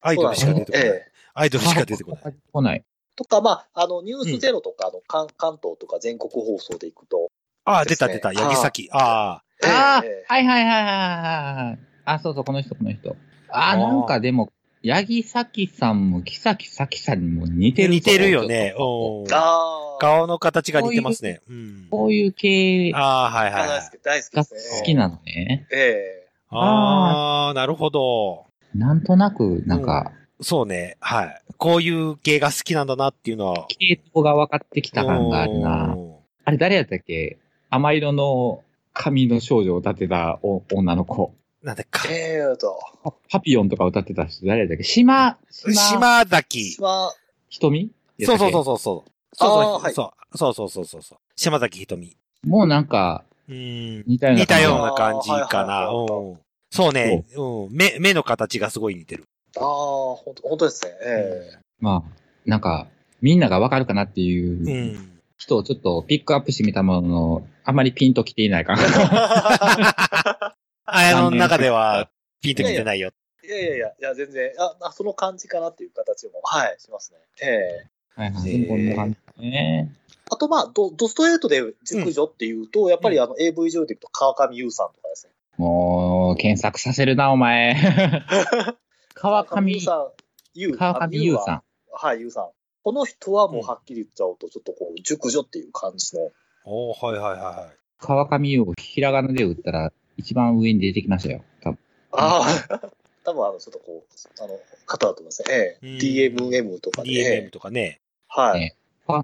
A: アイドルしか出てこな
C: そ
A: い
C: うなんですよ。ええ
A: アイドルしか出てこない。
B: い。来ない。
C: とか、まあ、あの、ニュースゼロとか、あの関、関東とか全国放送でいくと、
A: ああ、
C: で
A: 出
C: すね
A: た出た。八木崎。あ
C: ええ
B: ああ
C: ええ、
B: はいはいはいはいはいはい。あ、そうそう、この人、この人。あ
A: あ
B: あ、
A: ー
B: なんかでも、八木咲さんも、木崎咲さんにも似て
A: あ。
B: る。
A: 似てるよね。
B: ちょっ
A: うん
B: と
C: ああ、
A: 顔の形が似てますね。うん。
B: こういう系が
A: ああ、はいはいは
C: 大好
A: い。
C: き、大好きで
B: 好
C: すね。
B: きなのね。
C: ええ
A: ああ、なるほど。
B: なんとなく、なんか、
A: そうね。はい。こういう系が好きなんだなっていうのは。
B: 系統が分かってきた感があるな
A: う。ん
B: あれ、誰やったっけ甘色の髪の少女を歌ってたお女の子。
A: なんだか。
C: ええと、
B: パパピヨンとか歌ってた人誰だっけ島、島、
A: 島崎。
C: 島、
B: 瞳。
A: そうそうそううそう。そうそう、
C: あーはい
A: そうそうそうそうそうそう。島崎ひとみ。
B: もうなんか、
A: うん。
B: 似たような
A: 似た
B: 感じ
A: ような感じかな。
C: あーはいはいはい
A: うんそうね、うん。目、目の形がすごい似てる。
C: ああ、ほんと、ほんとですね。ええ
B: まあ、なんか、みんながわかるかなって
A: う。
B: いうん人をちょっとピックアップしてみたものの、あまりピンときていないかな。
A: あやの中では、ピンときてないよ。
C: いやいやいや、いや全然あ、あ、その感じかなっていう形も、はい、しますね。ええ
B: はいはい。
A: えー
B: でもこんな感じね。
C: あと、まあ、ドドストレートで熟女っていうと、やっぱりあの AV 上でいくと川上優さんとかですね。
B: もう、検索させるな、お前。川上
C: 優、さん、優
B: 川上優さん。
C: ん。はい、優さん。この人はもうはっきり言っちゃうと、ちょっとこう、熟女っていう感じの。
A: おーはいはいはいはい。
B: 川上優をひらがなで打ったら、一番上に出てきましたよ。多分
C: ああ、 多分あの、ちょっとこう、あの、方だと思いますね。え
A: う
C: え
A: ん
C: DMM とかで、
A: DMM とかね。
C: はい。
B: ねファ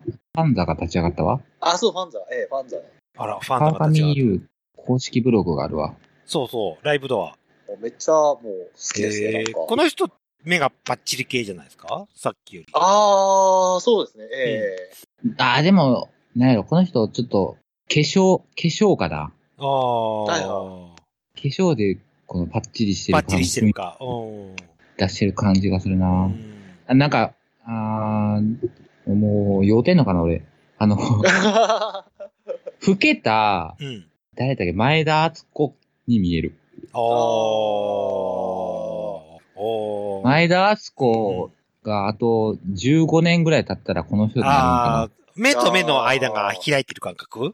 B: ンザが立ち上がったわ。
C: あ、そう、ファンザ、ええファンザ。
A: あら、ファンの
B: 川
A: 形が
B: 上。優公式ブログがあるわ。
A: そうそう、ライブドア。
C: もうめっちゃもう好きですね、な
A: え
C: ん
A: ー
C: か。
A: この人、目がパッチリ系じゃないですかさっきより。
C: ああ、そうですね、ええ
B: ああ、でも、なんやろ、この人、ちょっと、化粧、化粧かな。
A: あー
C: はいは
B: 化粧で、このパッチリして
A: パ
B: る
A: ッチ
B: 感
A: リして
B: じ
A: る、か。うん。
B: 出してる感じがする
A: う
B: な。
A: ん
B: あなんか、あーもう、酔うてんのかな、俺。あの、 老けた、
A: うん。
B: 誰だっけ、前田敦子に見える。
A: あー。おー。
B: 前田敦子が、あと、15年ぐらい経ったら、この人になるの
A: ああ、
B: か
A: 目と目の間が開いてる感覚
B: な。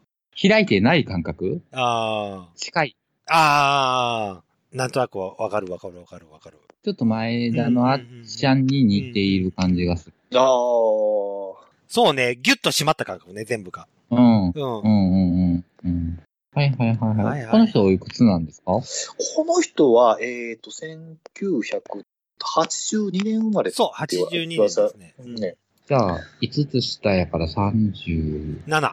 B: 開いてない感覚
A: あ
B: 近い。
A: あ、ああ、なんとなくわわかるわかるわかるわかる。
B: ちょっと前田のあっちゃんに似ている感じがする。
C: ああ、
A: そうね、ギュッと締まった感覚ね、全部が。
B: うん。
A: うん。
B: うんうんうんうん。はいはいはいはい。
A: はいはい
B: この人おいくつなんですか
C: この人は、えっ、と、1982年生まれ。
A: そう、82年ですね。
C: う。ね。
B: じゃあ、5つ下やから30
A: 7。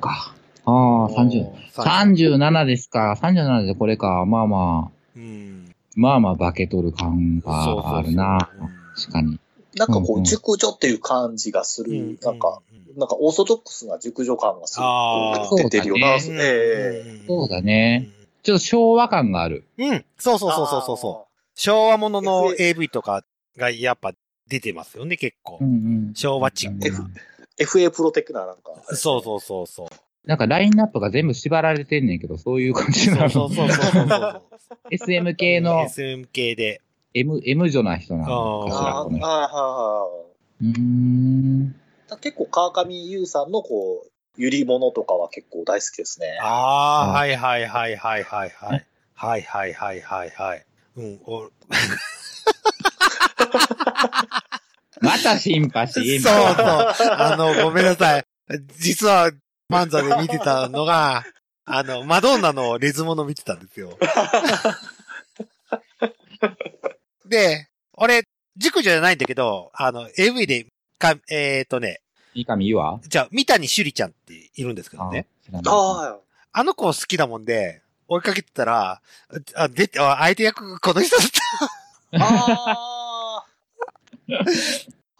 B: か。ああ、30。
A: 30。
B: 37ですか。37でこれか。まあまあ、
A: うん。
B: まあまあ化けとる感があるな。
A: そうそう
B: 確かに。
C: なんかこ
B: うんう
C: う、
B: ん
C: 熟女っていう感じが
A: そ
C: す
A: う
C: る、
A: うん。
C: なんか、
A: うう
C: なんかオーソドックスな熟女感がす
A: あ
C: ご
A: ー
C: く出てるよな。
B: そ
A: ん
C: ええ
A: ん
B: そうだね。ちょっと昭和感がある。
A: うんうん。そうそうそうそうそうそう。昭和ものの AV とかがやっぱ出てますよね、結構
B: うん。うん。
A: 昭和チックな。
C: う。FA プロテクナーなんか。
A: そうそうそうそう。
B: なんかラインナップが全部縛られてんねんけど、そういう感じな
A: そう
B: の。
A: そうそうそうそう。
B: SM 系の
A: SM 系で。
B: M、M 女な人なのかしら
C: あ
B: こ
C: ーあー、
B: の人
C: は
B: うーん。
C: いはい。結構川上優さんのこう、ゆりものとかは結構大好きですね。
A: ああ、
B: うん
A: はいはいはいはいはいはい。はいはいはいはいはい。うん、お
B: またシンパシ
A: そう
B: ー。
A: そう。あの、ごめんなさい。実は、漫才で見てたのが、あの、マドンナのレズモノ見てたんですよ。で、俺、塾じゃないんだけど、あの、AV で、か、えっ、とね、
B: 三上優は
A: じゃあ、三谷朱里ちゃんっているんですけどね。
B: あ知らない
C: あ
A: あの子好きだもんで、追いかけてたら、あ、で、あ相手役、この人だった。
C: あ、ああ、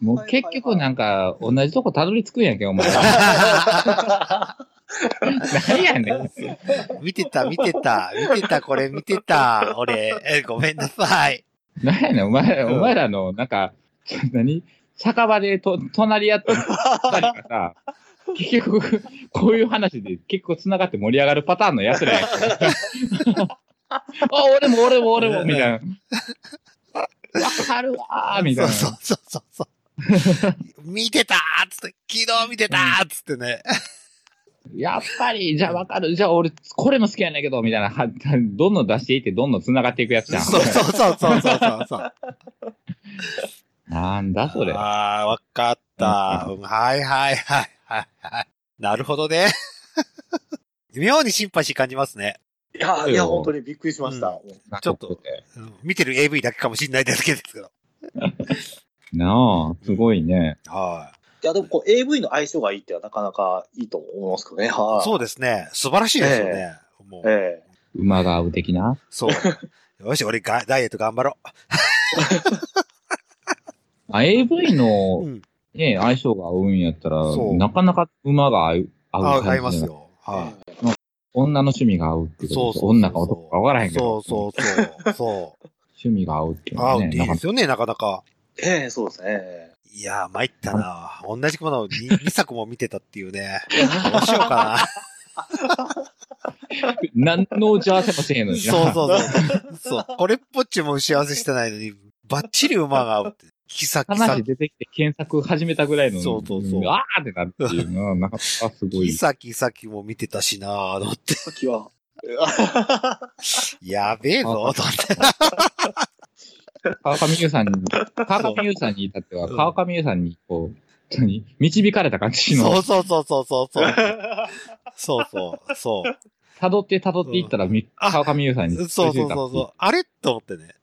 B: もう結局なんか、同じとこたどり着くんやけん、お前。何やねん。
A: 見てた、見てた、見てた、これ見てた、俺、えごめんなさい。
B: 何やねん、お前、
A: うん
B: お前らの、なんか、何酒場でと、隣り合った二人がさ、結局、こういう話で結構繋がって盛り上がるパターンの 奴らやん。あ、俺も俺も俺も、みたいな。わかるわー、みたいな。
A: そうそうそうそう。見てたーっつって、昨日見てたーっつってね。
B: やっぱり、じゃあわかる。じゃあ俺、これも好きやねんけど、みたいな。はどんどん出していって、どんどん繋がっていくやつじゃん。
A: そうそうそうそうそうそう。
B: なんだそれ。
A: ああ、わかった。うんはいはいはいはいはい。なるほどね。妙にシンパシー感じますね。
C: いや、いや、本当にびっくりしました。
A: ちょっとうん見てる AV だけかもしれないですけど。
B: なあ、すごいね。
A: はい。
C: や、でもこう AV の相性がいいってのはなかなかいいと思いますけどね。はい
A: そうですね。素晴らしいですよね。もう
C: え
B: 馬が合う的な。
A: そう。よし、俺が、ダイエット頑張ろ
B: あ、AV
A: う。
B: の
A: ん。
B: ね、相性が合うんやったら
A: そ、う
B: なかなか馬が合う、合
A: あ
B: う感じじゃない
A: 合いますよ。は
B: 女の趣味が合うって
A: い。
B: こと
A: そうそうそうそう。
B: 女か男か分からへんけど。
A: そうそうそう。そ
B: 趣味が合うっていう
A: う。
B: のは
A: 合う
B: ね。
A: っていいですよね、なかなか。
C: ええそうですね。
A: いやー、参ったな。同じものを 2, 作も見てたっていうね。どうしようか
B: なんか何の打ち合わせもせえへんの
A: な。
B: にな。
A: そうそうそう。そう。これっぽっちも幸せしてないのに、バッチリ馬が合うって。キサキ
B: 話
A: サ、
B: 出てきて検索始めたぐらいの。
A: そうそうそうん
B: あーってなるっていうのは、なんか、あすご
A: キ
B: い。
A: サキサキも見てたしなーと思って。
C: さっきは。
A: やべえぞ、と思って。
B: 川上 優さんに、川上優さんに至っては、
A: うん
B: 川上優さんに、こう、何導かれた感じ
A: そ
B: の、
A: うそうそうそうそう そう。そうそう、そう。
B: 辿って辿っていったら、み
A: あ
B: 川上優さんに
A: そうそ
B: 近づ
A: う
B: いたってい
A: そう
B: う
A: そう。あれと思ってね。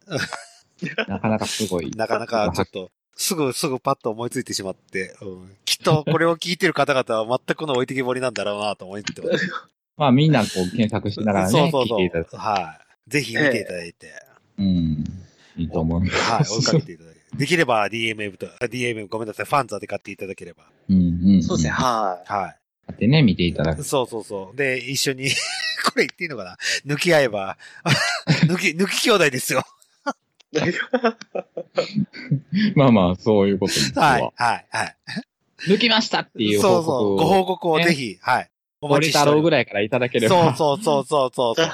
B: なかなかすごい。
A: なかなかちょっと、すぐ、すぐパッと思いついてしまって、うん、きっとこれを聞いてる方々は全くの置いてきぼりなんだろうなと思ってます。
B: まあみんなこう検索しながら
A: そう
B: ね、
A: そう
B: 聞い
A: そう
B: ていただく。
A: はい。ぜひ見ていただいて、
B: うん。いいと思う。
A: はい、追いかけていた だいて。できれば DMM と、あ DMM ごめんなさい、ファンザで買っていただければ。
B: うんうんうん。
C: そうですね、は
A: は
B: 買ってね、見ていただ
A: い。
B: く。
A: そうそうそう。で、一緒に、 これ言っていいのかな抜き合えば、 抜き、抜き兄弟ですよ。
C: い。
B: まあまあ、そういうことです
A: はい
B: わ。、
A: はい、はい。
B: 抜きましたっていう
A: そ
B: 報
A: うそう。ご
B: 告を、
A: 報告をぜひ、はい。お
B: 折れ
A: して
B: 太
A: おり
B: 郎ぐ
A: ま
B: らいからいただけ
A: す
B: れば。う。
A: そうそうそうそうそう。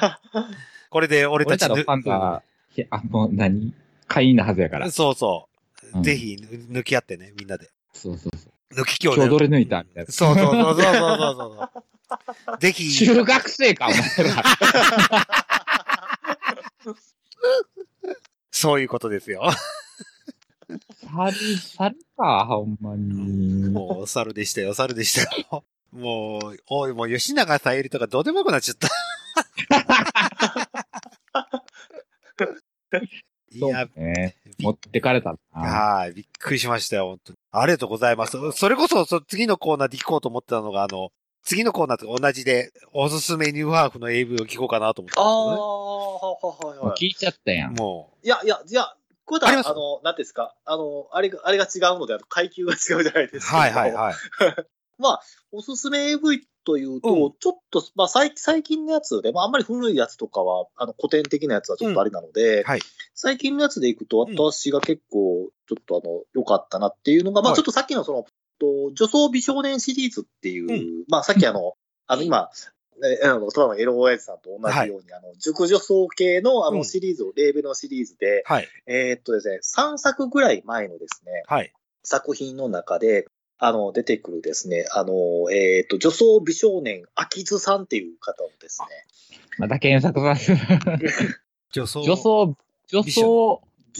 A: これで俺
B: 折れ
A: たち
B: 太郎ファンが、いやあの、何会員なはずやから。
A: そうそう。
B: うん
A: ぜひ、抜き合ってね、みんなで。
B: そうそうそ
A: 抜き兄
B: う。
A: 弟。
B: 今日どれ抜いたみたいな。
A: そうそうそうそうそうそうそう。ぜひ、
B: 中学生か、お前ら。
A: そういうことですよ。
B: 猿、猿か、ほんまに。
A: もう、猿でしたよ、猿でしたよ。もう、おい、もう、吉永さゆりとかどうでもよくなっちゃ った。い
B: そう
A: や、
B: ね。持ってかれたな。
A: はい、びっくりしましたよ、本当に。ありがとうございます。それこそ、そ次のコーナーで聞こうと思ってたのが、あの、次のコーナーと同じで、おすすめニューハーフの AV を聞こうかなと思って
C: あ
A: た
C: あ、
A: ん
C: はいはい
B: もう
C: はい。
B: 聞いちゃったやん。
A: も
C: いやいや、じゃあ、これ
A: あ
C: は
A: ります
C: あの、なんていうんですか、あの、あれが、あれが違うので、あの階級が違うじゃないで
A: う、
C: すか。
A: はいはいはい。
C: おすすめ AV というと、
A: うん
C: ちょっと、まあ最、最近のやつで、まあ、あんまり古いやつとかは、あの古典的なやつはちょっとあれなので、
A: んはい
C: 最近のやつでいくと、
A: うん
C: 私が結構、ちょっとあの、良かったなっていうのが、まあ、
A: はい
C: ちょっとさっきのその、と女装美少年シリーズっていう、
A: う
C: まあ、さっきあの、あの、今、えあの、トラのエロ親父さんと同じように、あの、熟女装系のあ
A: うん
C: のシリーズを、レーベルのシリーズで、
A: はい。
C: えーっとですね、3作ぐらい前のですね、
A: はい。
C: 作品の中で、あの、出てくるですね、あの、えっ、と、女装美少年、秋津さんっていう方のですね、
B: また検索させる。
A: 女装。
B: 女装、女装、
C: 美
B: 女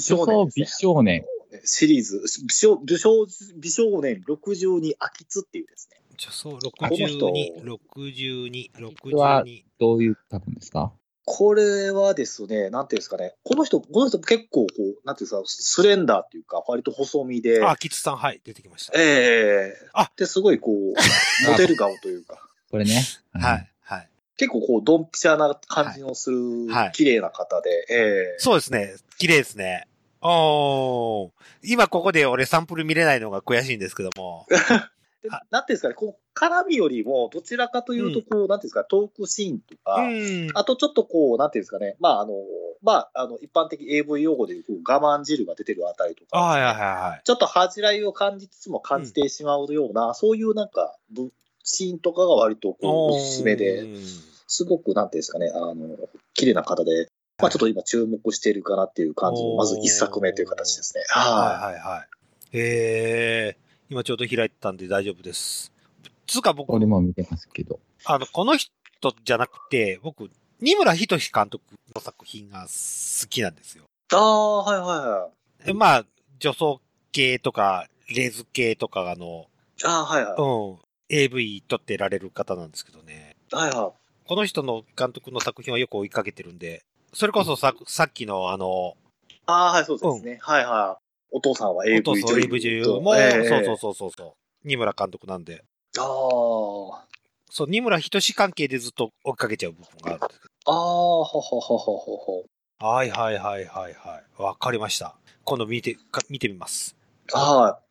C: 少
B: 装
C: 年
B: 美
C: です、
B: 少年。
C: ね、シリーズ、美少女装美少年62秋津っていうですね、
A: 女装
C: こ
A: 62、
C: の
A: 62、
B: 実は
A: 62。
B: どういう書くんですか
C: これはですね、なんていうんですかね、この人、この人結構こう、なんていうんですか、スレンダーっていうか、割と細身で、
A: あ、キツさん、はい、出てきました。
C: ええ
A: あ
C: で、すごいこ う、モデル顔というか、
B: これね。
A: は。い、はい。
C: 結構こう、ドンピシャな感じのする
A: はいはい、
C: 綺麗な方で、ええ
A: そうですね。綺麗ですね。おー。今ここで俺サンプル見れないのが悔しいんですけど も。
C: で
A: あ
C: なんていうんですかね、こう、絡みよりも、どちらかというと、こう、なんていうんですか、トークシーンとか、
A: うん。
C: あとちょっとこう、なんていうんですかね、まあ、あの、まあ、あの、一般的 AV 用語でいう、こう我慢汁が出てるあたりと
A: あ
C: か、
A: はいはいはい。
C: ちょっと恥じらいを感じつつも感じてしまうような、そういうなんか、ぶシーンとかが割とこうおすすめ
A: う
C: で、
A: ん
C: すごく、なんていうんですかね、あの、綺麗な方で、まあ、ちょっと今注目しているかなっていう感じ
A: お
C: の、
A: ー
C: まず一作目という形ですね。は
A: は
C: い。
A: いはいはい。えー、今ちょうど開いてたんで大丈夫です。つうか僕、
B: 俺も見てますけど。
A: あの、この人じゃなくて、僕、二村仁志監督の作品が好きなんですよ。
C: ああ、はいはいはい。
A: でまあ、女装系とか、レズ系とか、あの、
C: ああ、はいはい。
A: うん、AV 撮ってられる方なんですけどね。
C: はいはい。
A: この人の監督の作品はよく追いかけてるんで、それこそささっきのあの、
C: ああ、はい、そうですね。はいはい。お父さんは
A: お
C: AV
A: 父さん
C: 女
A: AV 女優も、そうそうそうそうそう、二村監督なんで、
C: そう。あ
A: そう、二村仁志関係でずっと追いかけちゃう部分があるんですけ
C: あ、ああ、はははははは。
A: ど。はいはいはいはいはい。わかりました。今度見て、か見てみます。
C: はい。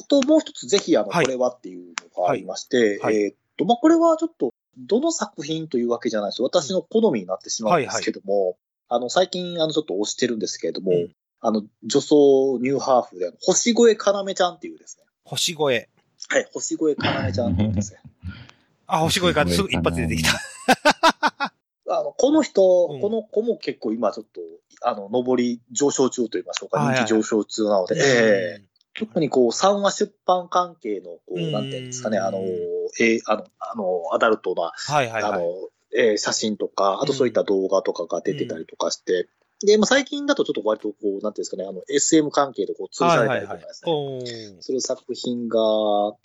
C: あともう一つぜひ、あの、
A: はい
C: これはっていうのがありまして、
A: はいはい
C: えーっと、まあ、これはちょっと、どの作品というわけじゃないです。私の好みになってしまうんですけども、あの、最近、あの、ちょっと推してるんですけれども、
A: うん
C: あの、女装ニューハーフで、あの星越かなめちゃんっていうですね。
A: 星越え。
C: はい、星越かなめちゃんっていうですね。
A: あ、星越えからすぐ一発出てきた。
C: あの、この人、
A: うん
C: この子も結構今ちょっと、あの、上り上昇中といいましょう
A: はい
C: か、
A: はい
C: 人気上昇中なので、ええ特にこう、3話出版関係の、こ
A: うん
C: う、なんていうんですかね、あの、えあの、あの、アダルトな、
A: はいはい
C: あ
A: はい。
C: の、えー写真とか、あとそういった動画とかが出てたりとかして、で、まあ、最近だとちょっと割とこう、なんていうんですかね、あの、SM 関係でこう、通
A: は
C: さ
A: い
C: れた
A: はい
C: りとか
A: は
C: で
A: い。
C: すね、
A: おー
C: する作品が、あの、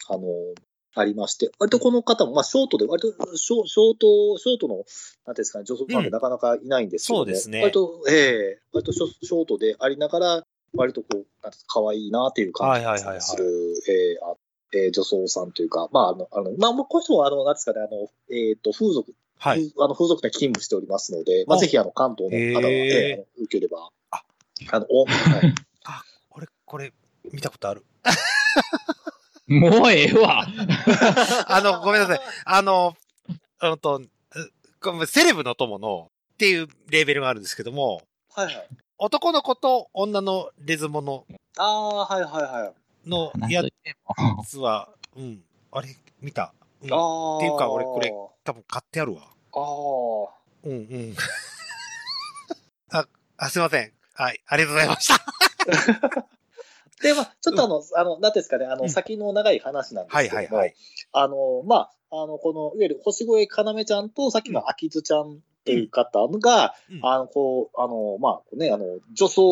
C: ありまして、割とこの方も、まあ、ショートで、割とショ、ショート、ショートの、なんていうんですかね、女装ファン
A: う
C: で
A: ん
C: なかなかいないんですけども、
A: そうですね
C: 割と、ええ割とショショートでありながら、割とこう、なんていうんですか可愛いなっていう感じが
A: はいはいはいはい
C: する、ええあええ女装さんというか、まあ、あの、あの、まあ、まあ、この人は、あの、なんていうんですかね、あの、えっ、と、風俗、
A: はい。
C: 風あの風俗で勤務しておりますので、まあ、
A: あ
C: ぜひ、あの、関東の方は、
A: へ
C: え
A: え
C: えあの受ければ、
A: あ
C: あの、お、はい
A: 俺、これ、見たことある。
B: もうええ わ。
A: あの、 ごめんなさい。あの、うんと、うごめんセレブの友のっていうレーベルがあるんですけども、
C: はいはい。
A: 男の子と女のレズモノ
C: ああー、はいはいはい。
A: のや
B: や
A: つは、うん。あれ、見た。うん、
C: ああ。
A: っていうか俺これ多分買ってやるわ。
C: ああ。
A: うん うん。あ、あ、すいません。はい、ありがとうございました。
C: で、まあ、ちょっとあの、あの、なんていうんですかね、あ
A: うん
C: の、先の長い話なんです
A: は
C: け
A: い
C: ども、
A: はいはい。
C: あの、まあ、あの、この、いわゆる星越かなめちゃんと、さっきの秋津ちゃんっていう方が、
A: うん
C: あの、こう、あの、まあ、ね、あの、女装、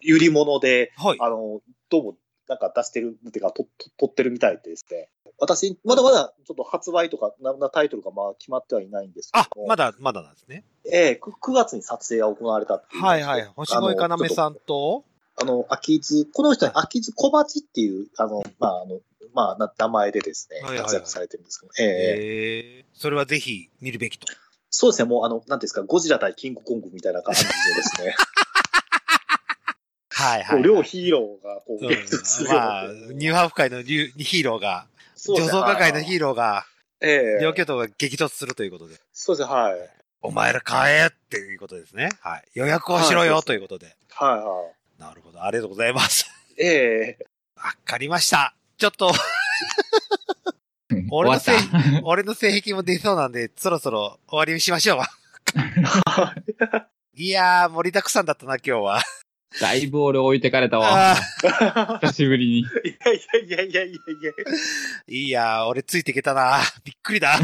C: ゆり物で、
A: はい。
C: あの、どうも、なんか出してる、っていうか、と、と、撮ってるみたいですね。私、まだまだ、ちょっと発売とか、な、なタイトルがまあ、決まってはいないんですけ
A: あ
C: ども、、
A: まだ、まだなんですね。
C: ええく 9, 月に撮影が行われたっていう。
A: はいはい。星越かなめ
C: ん。
A: さんと、
C: あの、秋津、この人は秋津小鉢っていう、あの、まあ、あの、まあ、な名前でですね、
A: はいはいはい
C: 活躍されてるんですけど、ええ
A: ええそれはぜひ見るべきと。
C: そうですね、もう、あの、なんていうんですか、ゴジラ対キングコングみたいな感じでですね、
A: はい
C: こ
A: は
C: う
A: い。
C: 両ヒーローが、 こう、
A: うん
C: 激突するような。
A: まあ、ニューハーフ界のリュヒーローが、
C: そうで
A: 女
C: すね
A: 装画界のヒーローが、
C: ええ
A: 両巨頭が激突するということで、
C: そうですね、はい。はい
A: お前ら買えっていうことですね。はい。予約をしろ
C: は
A: よ
C: い
A: ということで。
C: は
A: なるほど。ありがとうございます。
C: い。ええ
A: わかりました。ちょっと、俺のせい
B: 終わ っ
A: 俺の性癖も出そうなんで、そろそろ終わりにしま しょう。いやー、盛りだくさんだったな、今日 は。
B: ただいぶ俺置いてかれたわ。
A: あ
B: 久しぶりに。
C: いやいやいやいやいやいや。
A: ーいやー、俺ついていけたな。びっくり だ。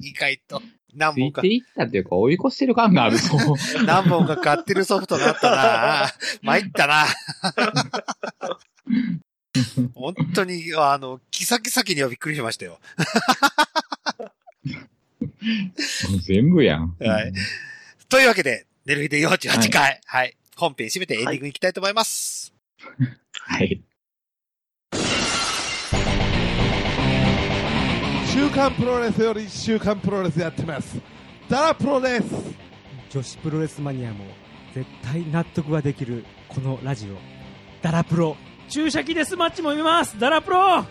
A: 意外と。何
B: つい
A: 本か
B: て、いったっていうか、追い越してる感があ るぞ。
A: 何本か買ってるソフトだったな。参ったな。本当に、あの、キサキサキにはびっくりしましたよ。
B: 全部やん。
A: はいというわけで、寝る日で48回、はい、本編締めてエンディングいきたいと思います。
B: はい。
G: 週刊プロレスより週刊プロレスやってますダラプロです
F: 女子プロレスマニアも絶対納得ができるこのラジオダラプロ注射器デスマッチも見ますダラプロ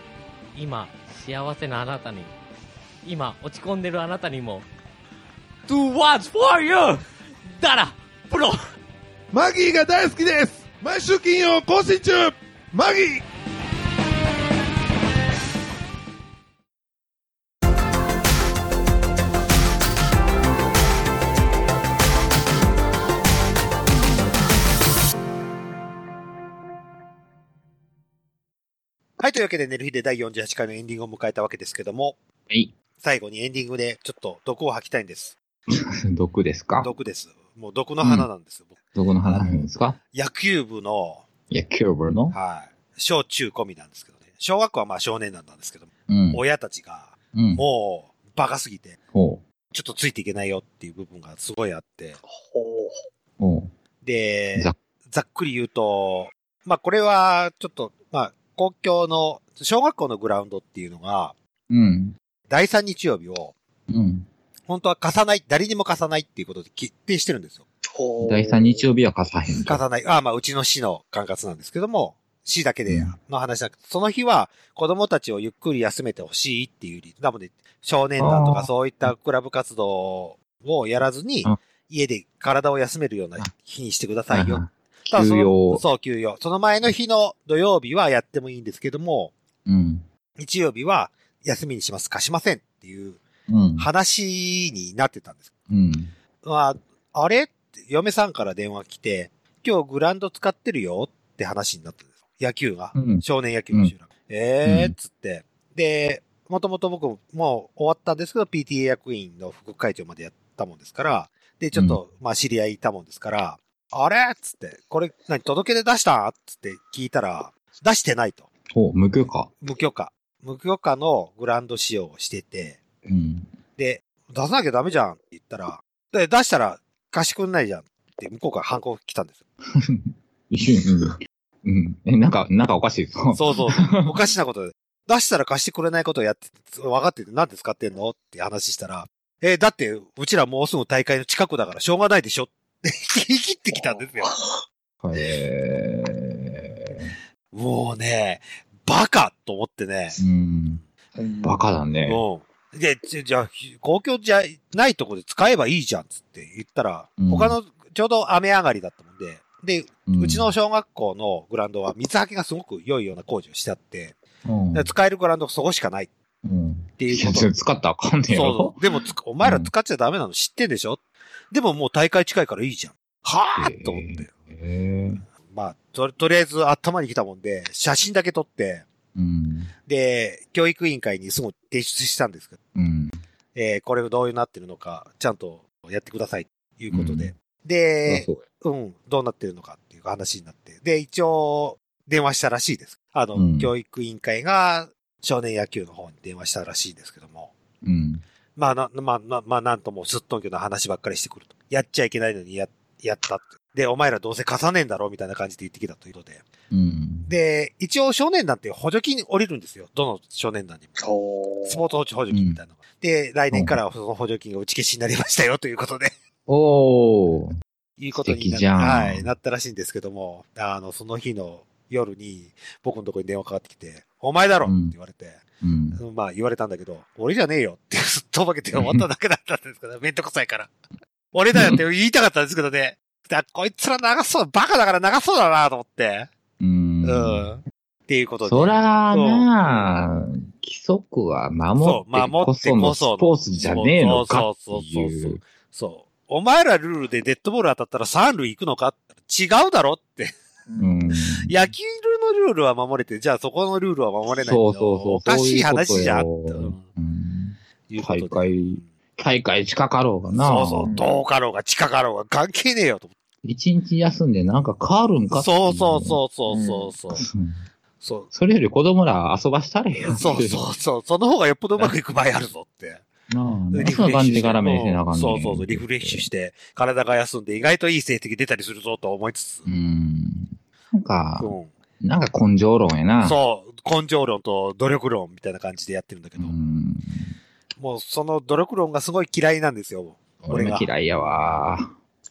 H: 今幸せなあなたに今落ち込んでるあなたにも
F: Do what's for you ダラプロ
G: マギーが大好きです毎週金曜更新中マギー
A: はい、というわけで、寝る日で第48回のエンディングを迎えたわけですけども、
B: はい。
A: 最後にエンディングでちょっと毒を吐きたいんです。
B: 毒ですか
A: 毒です。もう毒の花なんです。僕
B: 毒の花なんですか
A: 野球部の、
B: いや、キューブルの
A: はい、小中込みなんですけどね。小学校はまあ少年団なんですけど、
B: うん。
A: 親たちが
B: うん。
A: もうバカすぎて、
B: ほ
A: ちょっとついていけないよっていう部分がすごいあって、
C: ほ
B: う。ほ
A: で、
B: ざ
A: ざっくり言うと、まあこれはちょっと、まあ公共の、小学校のグラウンドっていうのが、
B: う。うん。
A: 第3日曜日を、
B: うん。
A: 本当は貸さない、誰にも貸さないっていうことで決定してるんですよ。
C: うほう。
B: 第3日曜日は貸さへんと。
A: 貸さない。ああ、まあ、うちの市の管轄なんですけども、死だけでの話だけど、その日は子供たちをゆっくり休めてほしいっていう理由。なので、少年団とか
B: あー
A: そういったクラブ活動をやらずに
B: うん、
A: 家で体を休めるような日にしてくださいよ。ただそ
B: 休
A: の
B: 養。
A: そう、休養。その前の日の土曜日はやってもいいんですけども、
B: うん。
A: 日曜日は休みにしますかしませんっていう
B: うん。
A: 話になってたんです。
B: うん。
A: まあ、あれって嫁さんから電話来て、今日グラウンド使ってるよって話になったんです。野球が
B: う。ん。
A: 少年野球の集団。えー
B: う
A: っ
B: ん
A: つって。で、もともと僕もう終わったんですけど、PTA 役員の副会長までやったもんですから、で、ちょっと、まあ知り合いいたもんですから、あれっつって、これ、何、届け出出したっつって聞いたら、出してないと。
B: お、無許可。
A: 無許可。無許可のグラウンド使用をしてて、
B: うん。
A: で、出さなきゃダメじゃんって言ったら、で、出したら貸してくんないじゃんって向こうから反抗来たんですよ。
B: 一緒に。うん。え、なんか、なんかおかしいぞ。
A: そうそうそう。 おかしなことで。出したら貸してくれないことをやって、分かってて、なんで使ってんのって話したら、えーだって、うちらもうすぐ大会の近くだからしょうがないでしょって言い切ってきたんですよ。
B: へ
A: もうね、バカと思ってね。
B: ーうん。バカだね。
A: うん。で、じじゃあ、公共じゃないとこで使えばいいじゃんっつって言ったら、
B: うん
A: 他の、ちょうど雨上がりだったもんで、で、
B: ん
A: うちの、小学校のグラウンドは水はけがすごく良いような工事をしてあって、
B: うん
A: で使えるグラウンドがそこしかないっ
B: うん。
A: て
B: い
A: いう
B: や、
A: こと
B: ちょっと使ったらあかんねえ
A: そう
B: よ
A: そう。でもつく、お前ら使っちゃダメなの知ってんでしょ、でももう大会近いからいいじゃん。はぁと思って。
B: へー
A: まあ、と、とりあえず頭に来たもんで、写真だけ撮って、
B: うん。
A: で、教育委員会にすぐ提出したんですけど、
B: うん。
A: えーこれがどういうなってるのか、ちゃんとやってください、ということで。
B: うん
A: で
B: あ、そう
A: うん、どうなってるのかっていう話になって。で、一応、電話したらしいです。あの、
B: うん
A: 教育委員会が少年野球の方に電話したらしいですけども。
B: うん。
A: まあ、な、まあ、なまあ、なんともすっとんきょな話ばっかりしてくると。やっちゃいけないのにや、やったって。で、お前らどうせ貸さねえんだろみたいな感じで言ってきたということで。
B: うん。
A: で、一応少年団って補助金降りるんですよ。どの少年団にも。
C: お
A: スポーツ補助金みたいなのが。で、来年からはその補助金が打ち消しになりましたよということで。
B: おー。
A: いうことに
B: 素敵じゃん
A: な,、はい、なったらしいんですけども、あの、その日の夜に僕のところに電話かかってきて、お前だろって言われて、
B: うん。
A: うんまあ言われたんだけど、俺じゃねえよってすっとぼけて終わっただけだったんですけど、めんどくさいから。俺だよって言いたかったんですけどね。だこいつら長そう、バカだから長そうだなと思って。
B: う。
A: うんん。っていうことで。
B: そらなあ、規則は守
A: そう
B: ってこそ
A: 守ってこ
B: の
A: その
B: スポーツじゃねえのかって
A: そうそうそう
B: い
A: そう
B: う。
A: そう。お前らルールでデッドボール当たったら三塁行くのか違うだろって。
B: うん
A: 野球のルールは守れて、じゃあそこのルールは守れない
B: そうそうそう
A: おかしい
B: そう
A: 話
B: いうことよ
A: じゃん。
B: うん
A: ということで
B: 大会大会近かろうがな。
A: そうそう、どうかろうが近かろうが関係ねえよと思っ
B: 一日休んでなんか変わるん
A: て。
B: かって
A: そうそうそうそうそうそう。
B: うん。
A: そう
B: それより子供ら遊ばしたれよ。
A: そうそうそう。その方がよっぽどうまくいく場合あるぞって。
B: う。なあ、
A: リ
B: そんな感じからめ
A: し
B: してなあかんね
A: そうそうそう、リフレッシュして、体が休んで意外といい成績出たりするぞと思いつつ
B: う。ん。なんか、
A: うん
B: なんか根性論やな。
A: そう、根性論と努力論みたいな感じでやってるんだけど、
B: ん。
A: もうその努力論がすごい嫌いなんですよ。
B: 俺も嫌いやわ。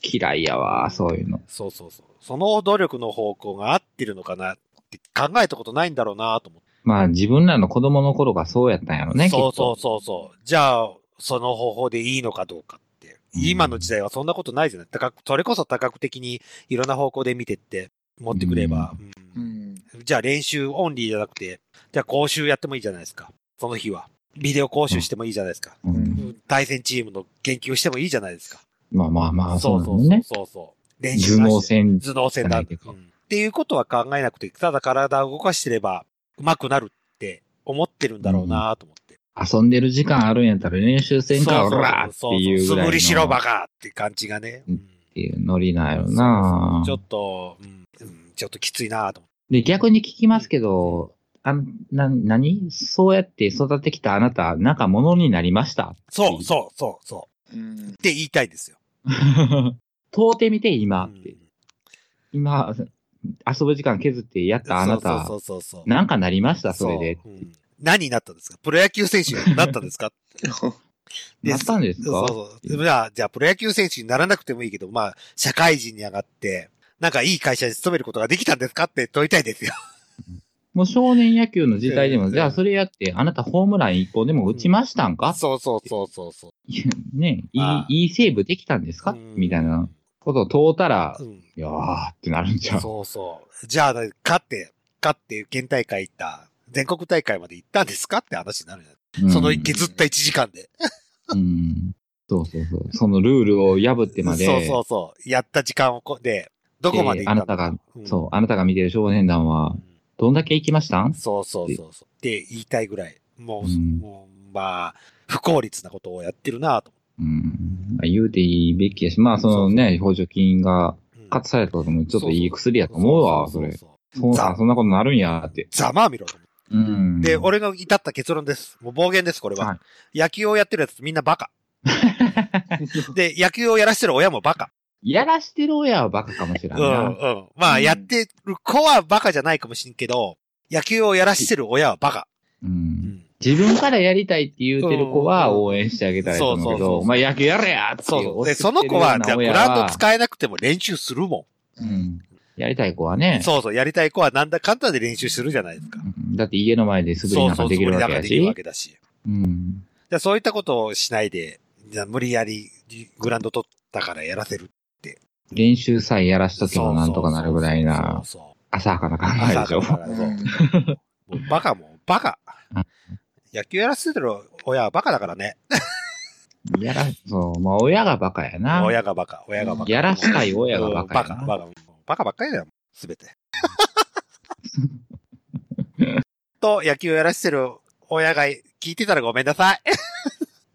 B: 嫌いやわ、そういうの。
A: そうそうそう。その努力の方向が合ってるのかなって考えたことないんだろうなと思って。
B: まあ自分らの子供の頃がそうやったんやろね。
A: そう
B: きっ
A: そ
B: と
A: うそうそう。じゃあ、その方法でいいのかどうかって。
B: うん
A: 今の時代はそんなことないじゃない。多角それこそ多角的にいろんな方向で見てって持ってくれば、う
G: うんん。
A: じゃあ練習オンリーじゃなくて、じゃあ講習やってもいいじゃないですか。その日は。ビデオ講習してもいいじゃないですか。
B: う
G: うん
B: ん。
A: 対戦チームの研究してもいいじゃないですか。
B: まあまあまあ、
A: そ
B: そうう
A: そうそ
B: だ
A: う
B: ね。
A: そうそう。練習
B: 頭
A: なし
B: 脳
A: で
B: 戦。
A: 頭脳戦だ、
B: じゃないけど
A: うんっていうことは考えなくて、ただ体を動かしてれば上手くなるって思ってるんだろうなと思って。
B: 遊んでる時間あるんやったら練習せんか、おらっていうぐ
A: 素
B: らいの。
A: 振りしろバ
B: っ
A: カって感じがね。
B: う
A: うんん
B: ていうノリなんやろな。
A: そうそうちょっと、うんうんちょっときついなと思って。
B: で、逆に聞きますけど、あんな、なにそうやって育ってきたあなた、なんか物になり ました。
A: そうそうそうそ
G: う
A: う。
G: ん。
A: って言いたいですよ。
B: 問うてみて、今
A: う
B: っ
A: ん
B: て。今、遊ぶ時間削ってやったあなた、
A: そうそうそうそう。
B: なんかなりました、それで。
A: ううん何になったんですかプロ野球選手になったんですか
B: なったんです
A: そう
B: か
A: そうそう。じゃあ、じゃあ、プロ野球選手にならなくてもいいけど、まあ、社会人に上がって、なんかいい会社に勤めることができたんですかって問いたいですよ。
B: もう少年野球の時代でも、じゃあそれやって、あなたホームラン一本でも打ちましたんか、
A: そうそうそうそうそう。
B: ねい
A: ああ
B: い、いいセーブできたんですか
A: うん
B: みたいなことを問うたら、
A: うん
B: いやーってなるんちゃう。
A: そうそう。じゃあ、勝って、勝って、県大会行った、全国大会まで行ったんですかって話になるじゃん。
B: うん
A: その削った1時間で。
B: うん。そうそうそう。そのルールを破ってまで、
A: そうそうそう。やった時間をこ、で、どこまで行ったの
B: であなたが、
A: うん
B: そう、あなたが見てる少年団は、どんだけ行きましたん
A: そうそうそうそう。って言いたいぐらい、もう、
B: うん
A: もうまあ、不効率なことをやってるなと。
B: うん。言うていいべきやし、まあそのね、補助金が
A: うん
B: カットされたこともちょっといい薬やと思うわ、それ。
A: う
B: そう
A: ざ
B: あそんなことなるんやって。
A: ざまあみろと思って。
B: うん。
A: で、俺の至った結論です。もう暴言です、これは。
B: はい
A: 野球をやってるやつみんな バカ。で、野球をやらしてる親もバカ。
B: やらしてる親はバカかもしれ
A: うんん、う
B: な。
A: ん。まあ、やってる子はバカじゃないかもしんけど、野球をやらしてる親はバカ。
B: うん。自分からやりたいって言うてる子は応援してあげたらいいと思うけ
A: そうそうそう
B: ど、
A: そう
B: お前野球やれやって
A: そうそう。で、
B: 押して
A: そ
B: く
A: の
B: れる
A: 子
B: ような
A: は、じゃあグ
B: 親
A: ラウンド使えなくても練習するも
B: うん。やりたい子は
A: ん。
B: ね、
A: そうそう。やりたい子はなんだ簡単で練習するじゃないですか。
B: うんだって家の前で素振りなんかできるわけ
A: そ
B: や
A: うそうそうできるわ
B: し。
A: けだし。
B: うん。
A: でそういったことをしないで、じゃあ無理やりグラウンド取ったからやらせる。
B: 練習さえやらしとけばなんとかなるぐらいな、
A: そうそうそう
B: 浅はかな考えでし
A: 朝
B: ょ。
A: からそう。もうバカもん、バカ
B: うん。
A: 野球やらせてる親はバカだからね。
B: やら、そう、まあ親がバカやな。
A: 親がバカ、親がバカ。
B: やらしたい親が
A: うん
B: バ
A: バ
B: カ
A: カ、
B: やな。
A: バカ。バカばっかりだよ、す べて。と、野球やらせてる親が聞いてたらごめんなさい。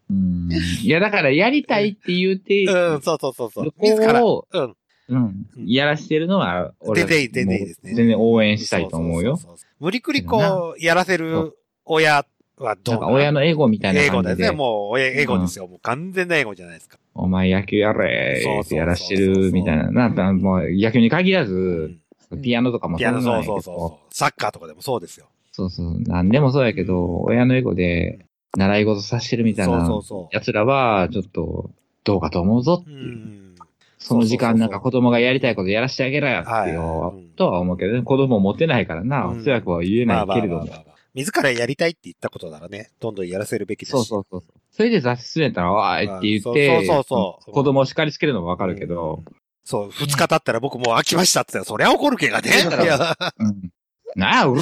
B: うん。いや、だからやりたいって言うて、
A: うん、そうそうそうそう。自ら。
B: こを、
A: うん。
B: うん。やらしてるのは、俺
A: 全然いい全然いいですね
B: もう全然応援したいと思うよ。
A: そそそそう。無理くりこう、やらせる親はどう
B: なんか親のエゴみたいな
A: 英語
B: 感
A: で
B: じ
A: すね。
B: で、
A: もう、え英語ですよ。もう完全な英語じゃないですか。
B: お前野球やれ
A: そう
B: っ
A: そうそ
B: て
A: う
B: やらしてるみたいな。なんかもう野球に限らず、ピアノとかも
A: ピ
B: そう
A: ア
B: な
A: ノ、
B: んや
A: そう
B: けど
A: そうそうそう。サッカーとかでもそうですよ。
B: そうそう。なんでもそうやけど、親のエゴで習い事させてるみたい
A: そう
B: な
A: そうそ
B: 奴らは、ちょっと、どうかと思うぞって
A: う。う
B: いう。
A: ん。
B: その時間なんか子供がやりたいことやらしてあげろよって
A: はい
B: よ
A: うん、
B: とは思うけどね、子供持ってないからな、
A: うん
B: 強くは言えないけれ
A: ま
B: ど
A: あま
B: も
A: あ。まあまあ自らやりたいって言ったことならね、どんどんやらせるべきですし。
B: そうそうそう。それで雑誌すれたら、わーいって言っ
A: うん
B: て、
A: そうそうそう
B: 子供を叱りつけるのもわかるけど、
A: そう、二日経ったら僕もう飽きましたって言ったら、そりゃ怒るけがね。いや
B: うんなあ、うわ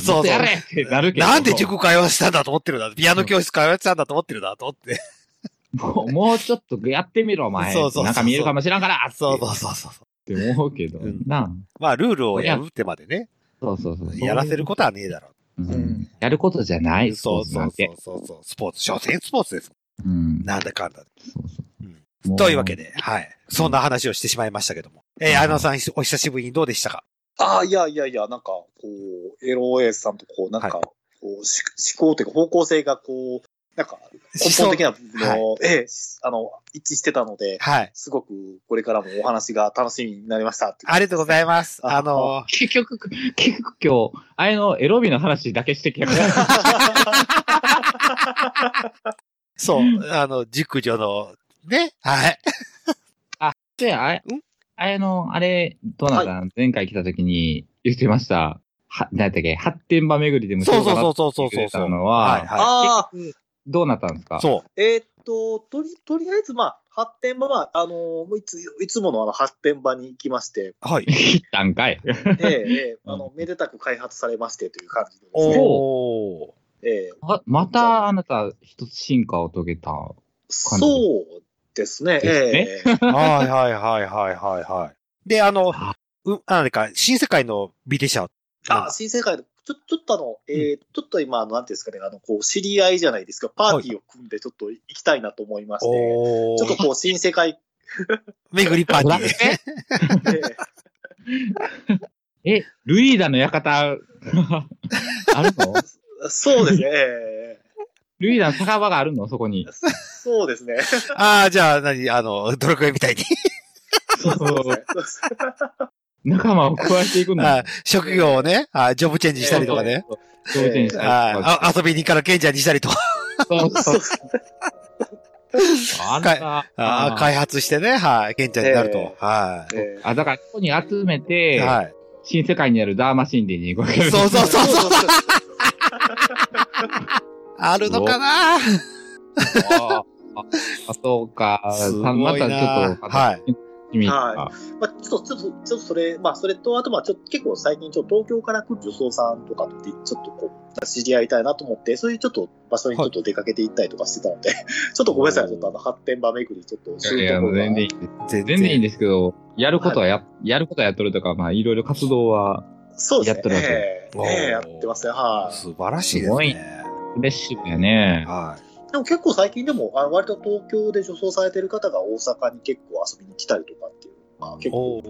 A: そうそう
B: ずっとやれってなるけ ど。
A: なんで塾通わしたんだと思ってるんだ。ピアノ教室通わしたんだと思ってるんだと思って。
B: もうもうちょっとやってみろ、お前。
A: そうそうそう
B: なんか見えるかもしらんからっ て
A: そうそうそうそう。
B: って思うけど
A: うん、
B: なあ。
A: まあ、ルールを破ってまでね、
B: そうそうそう。
A: やらせることはねえだろ
B: うんやることじゃな
A: う。
B: い。
A: そうそう
B: スポーツ
A: そうそうそう。スポーツ、所詮スポーツです。
B: なんて。
A: なんだかんだで。
B: うん。そうそう
A: うん
B: も
A: というわけで、はい。そんな話をしてしまいましたけども。えー、あのさん、お久しぶりにどうでしたか
C: ああ、いやいやいや、なんか、こう、LOS さんと、こう、なんか、
A: はい
C: こうし思考というか方向性が、こう、なんか、根本的な部分の、ええ、あの、一致してたので、
A: はい。
C: すごくこれからもお話が楽しみになりましたって。
A: ありがとうございます。
C: あ
A: あのー、
B: 結局、結局今日、あれのエロビの話だけしてきたから。
A: そう、あの、熟女の、ね、はい。
B: で、あれ、あれの、あれ、どうなんだ、前回来た時に言ってました。は、なんだっけ、発展場巡りでも
A: そう
B: しよかな
A: そうそうそう
B: って言
A: そうそう。
B: ってくれたのは
A: はいは
C: ああ、
B: どうなったんですか
A: い。そう。
C: えーっと、とり、とりあえず、まあ、発展場、まあ、あのもういつ、いつものあの、発展場に行きま して、
A: はい。
B: 切ったんかい。
C: ええええあの、めでたく開発されましてという感じでですね。
A: おー。
C: ええ
B: あまたあなた一つ進化を遂げた。
C: そうですね、え え
A: はいはいはいはいはいはい。で、あの、う、あなんか、新世界のビデシャ。
C: あ、新世界の、ちょ、ちょっとあの、えーちょっと今、あの、なんていうんですかね、あの、こう、知り合いじゃないですか、パーティーを組んで、ちょっと行きたいなと思いまして、
A: お
C: ちょっとこう、新世界、
A: めぐりパーティー。
C: ええ
B: え、ルイーダの館、あるの
C: そうですね、 え
B: ルイーダの酒場があるのそこに
C: え。そうですね。
A: ああ、じゃあ、何あの、 ドラクエみたいに。
B: そう
C: そうですね
B: 仲間を加えていくん
A: あ
B: だ
A: ー。職業をね、あージョブチェンジしたりとかね。
B: 挑戦し
A: あ
B: たりとか
A: ーあ遊びにから賢者にしたりとか。
B: そうそうあんた、
A: あー開発してね、はい、賢者になると。は
C: ええ
B: あ、だから、ここに集め
A: い。
B: て、
A: はい。
B: 新世界にあるダーマ神殿に行くわけです。
A: そうそう そうそう。あるのかな
B: あああ、そうか。
A: すごいな
B: たまたちょっと、
A: はい
B: 楽しみ。
C: はまあ、ちょっと、ちょっと、ちょっとそれ、まあ、それと、あと、まあ、ちょっと、結構最近、ちょっと東京から来る女装さんとかって、ちょっとこう、知り合いたいなと思って、そういうちょっと場所にちょっと出かけて行ったりとかしてたので、ちょっとごめんなさい、ちょっとあの、発展場巡り、ちょっとす
B: い
C: る
B: や
C: と
B: いや、
C: ころが
B: 全然いいです。
A: 全
B: 全然いいんですけど、やることはや、やることはやっとるとか、まあ、いろいろ活動は、
C: そうです
B: やってるわ
C: ね
B: け。
C: ええ
A: おー
C: ええやってますね、はい、
A: 素晴らしいです
B: すごい
A: ね。
B: フレッシュやね。
A: はい。
C: でも結構最近でも、あ割と東京で女装されてる方が大阪に結構遊びに来たりとかっていう、まあ、結構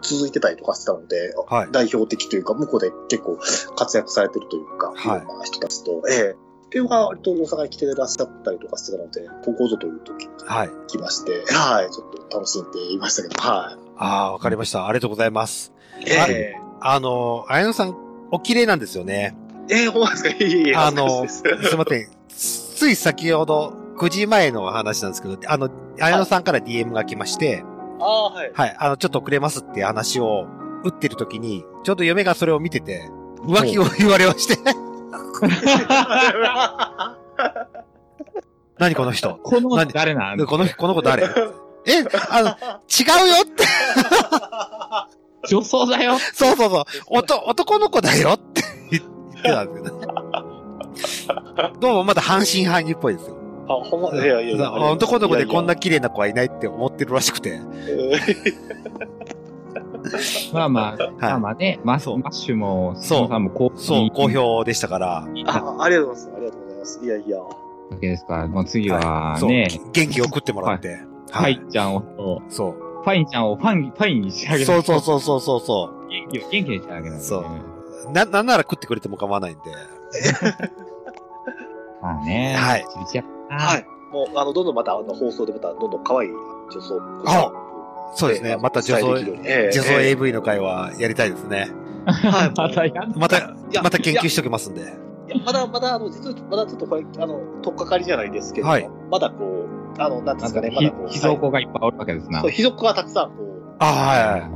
C: 続いてたりとかしてたので、
A: はい
C: 代表的というか、向こうで結構活躍されてるというか、
A: はい
C: いろんな人たちと、ええっていうのが割と大阪に来てらっしゃったりとかしてたので、ここぞという時に
A: はい。
C: 来まして、はい、ちょっと楽しんでいましたけど、は
A: ああ、わかりました。ありがとうございます。
C: い。え
A: あの、あやのさん、お綺麗なんですよね。
C: えええほんまですかいえいえ、
A: あ の、
C: 恥
A: す
C: ずかしいです
A: いません。つつい先ほど、9時前の話なんですけど、あの、あやのさんから DM が来まして、
C: ああ、 はい。
A: はい、あの、ちょっとくれますっていう話を打ってる時に、ちょうど嫁がそれを見てて、浮気を言われまして、 何この人
B: この
A: なんで
B: 誰なん
A: この、この子誰えあの、違うよって、
B: 女装だよ。
A: そうそうそう、おと男の子だよって言ってたんですよね。どうもまだ半信半疑っぽいですよ。
C: あ、ほんま、いやいやいや。
A: 男の子でこん
C: い
A: な綺麗な子はいないって思ってるらしくて。
C: やいや。ええ
B: まあまあ、まあまあね、マスマッシュも、
A: そう
B: さんもこう、
A: そう、好評でしたから。
C: あ、ありがとうございます。ありがとうございます。いやいや。
B: わけですから、もう次
A: は
B: はい
A: そう
B: ね、
A: 元気を送ってもらって。
B: ファインちゃんを、
A: そう。
B: ファインちゃんをファン、ファインにしてあげる。
A: そうそうそうそうそうそ
B: 元気を元気にしてあげる。
A: そうな、なんなら食ってくれても構わないんで。
B: まあね。
A: はい
B: ちびちや。。
C: はいい。もう、あの、どんどんまた、あの、放送でまた、どんどん可愛い女装。
A: そうですね。また女装、女
C: 女装
A: 装 AV の会はやりたいですね。
C: はい。
B: またやん
A: また
C: い、や
A: また研究しときますんで。
C: いやまだ、まだ、あの、実は、まだちょっとこれ、あの、とっかかりじゃないですけど、
A: はい
C: まだこう、あの、なんてい
B: なん
C: うんですか
B: か
C: ね、
B: ね
C: まだこう、、
B: ひ、ひぞこがいっぱいおるわけです
C: はい
B: な。
C: そう、ひぞこがたくさん、こう、
A: ああ、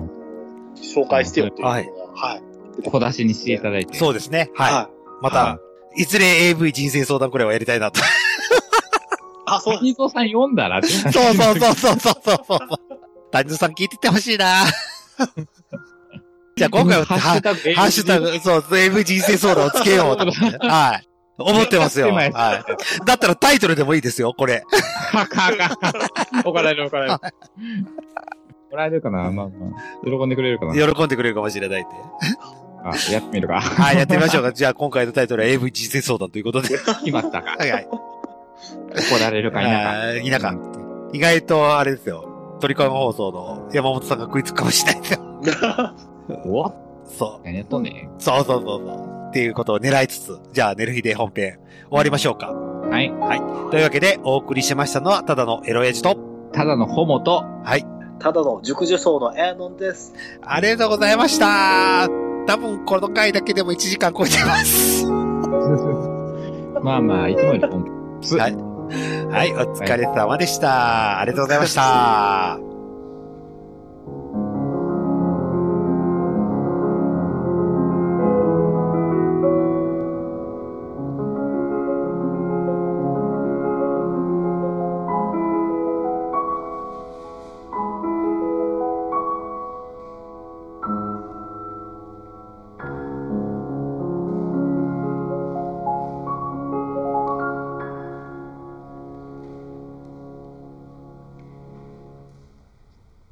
C: 紹介してよっていうのが、
A: は
C: はいい。
B: 小出しにしていただいて。
A: そうですね。
C: はい。
A: はい。また
B: は、
A: いずれ AV 人生相談くらいはやりたいなと。
C: あ、そう
B: 谷蔵さん読んだらって
A: そうそうそうそうそうそうそう。谷津さん聞いてってほしいなじゃあ今回は、
B: ハッシュタグ、
A: ハッシュタグ、そう、AV 人生相談をつけようと思って。はい。思ってますよ。
B: 今
A: は
B: や
A: い
B: ってま。
A: だったらタイトルでもいいですよ、これ。
B: カカカ。怒られる怒られる。 怒られるかなまあまあ。喜んでくれるかな
A: 喜んでくれるかもしれないんで。
B: あ、やってみるか。
A: はい、やってみましょう か。じゃあ今回のタイトルは AV 人生相談ということで。
B: 決まったか。
A: はいはい。
B: 怒られるか否
A: あー
B: か。
A: 否か。意外と、あれですよ。トリカン放送の山本さんが食いつくかもしれないですよ。
B: お
A: そ
B: 何やっとんね
A: う。そうそうそうそう。っていうことを狙いつつ、じゃあ、寝る日で本編、終わりましょうか。
B: んはい。
A: というわけで、お送りしましたのは、ただのエロエジと、
B: ただのホモと、
C: ただの熟女層のエアノンです。
A: ありがとうございました。多分この回だけでも1時間超えてます。
B: まあまあ、いつもよりコンプ
A: はい、お疲れ様でした。ありがとうございました。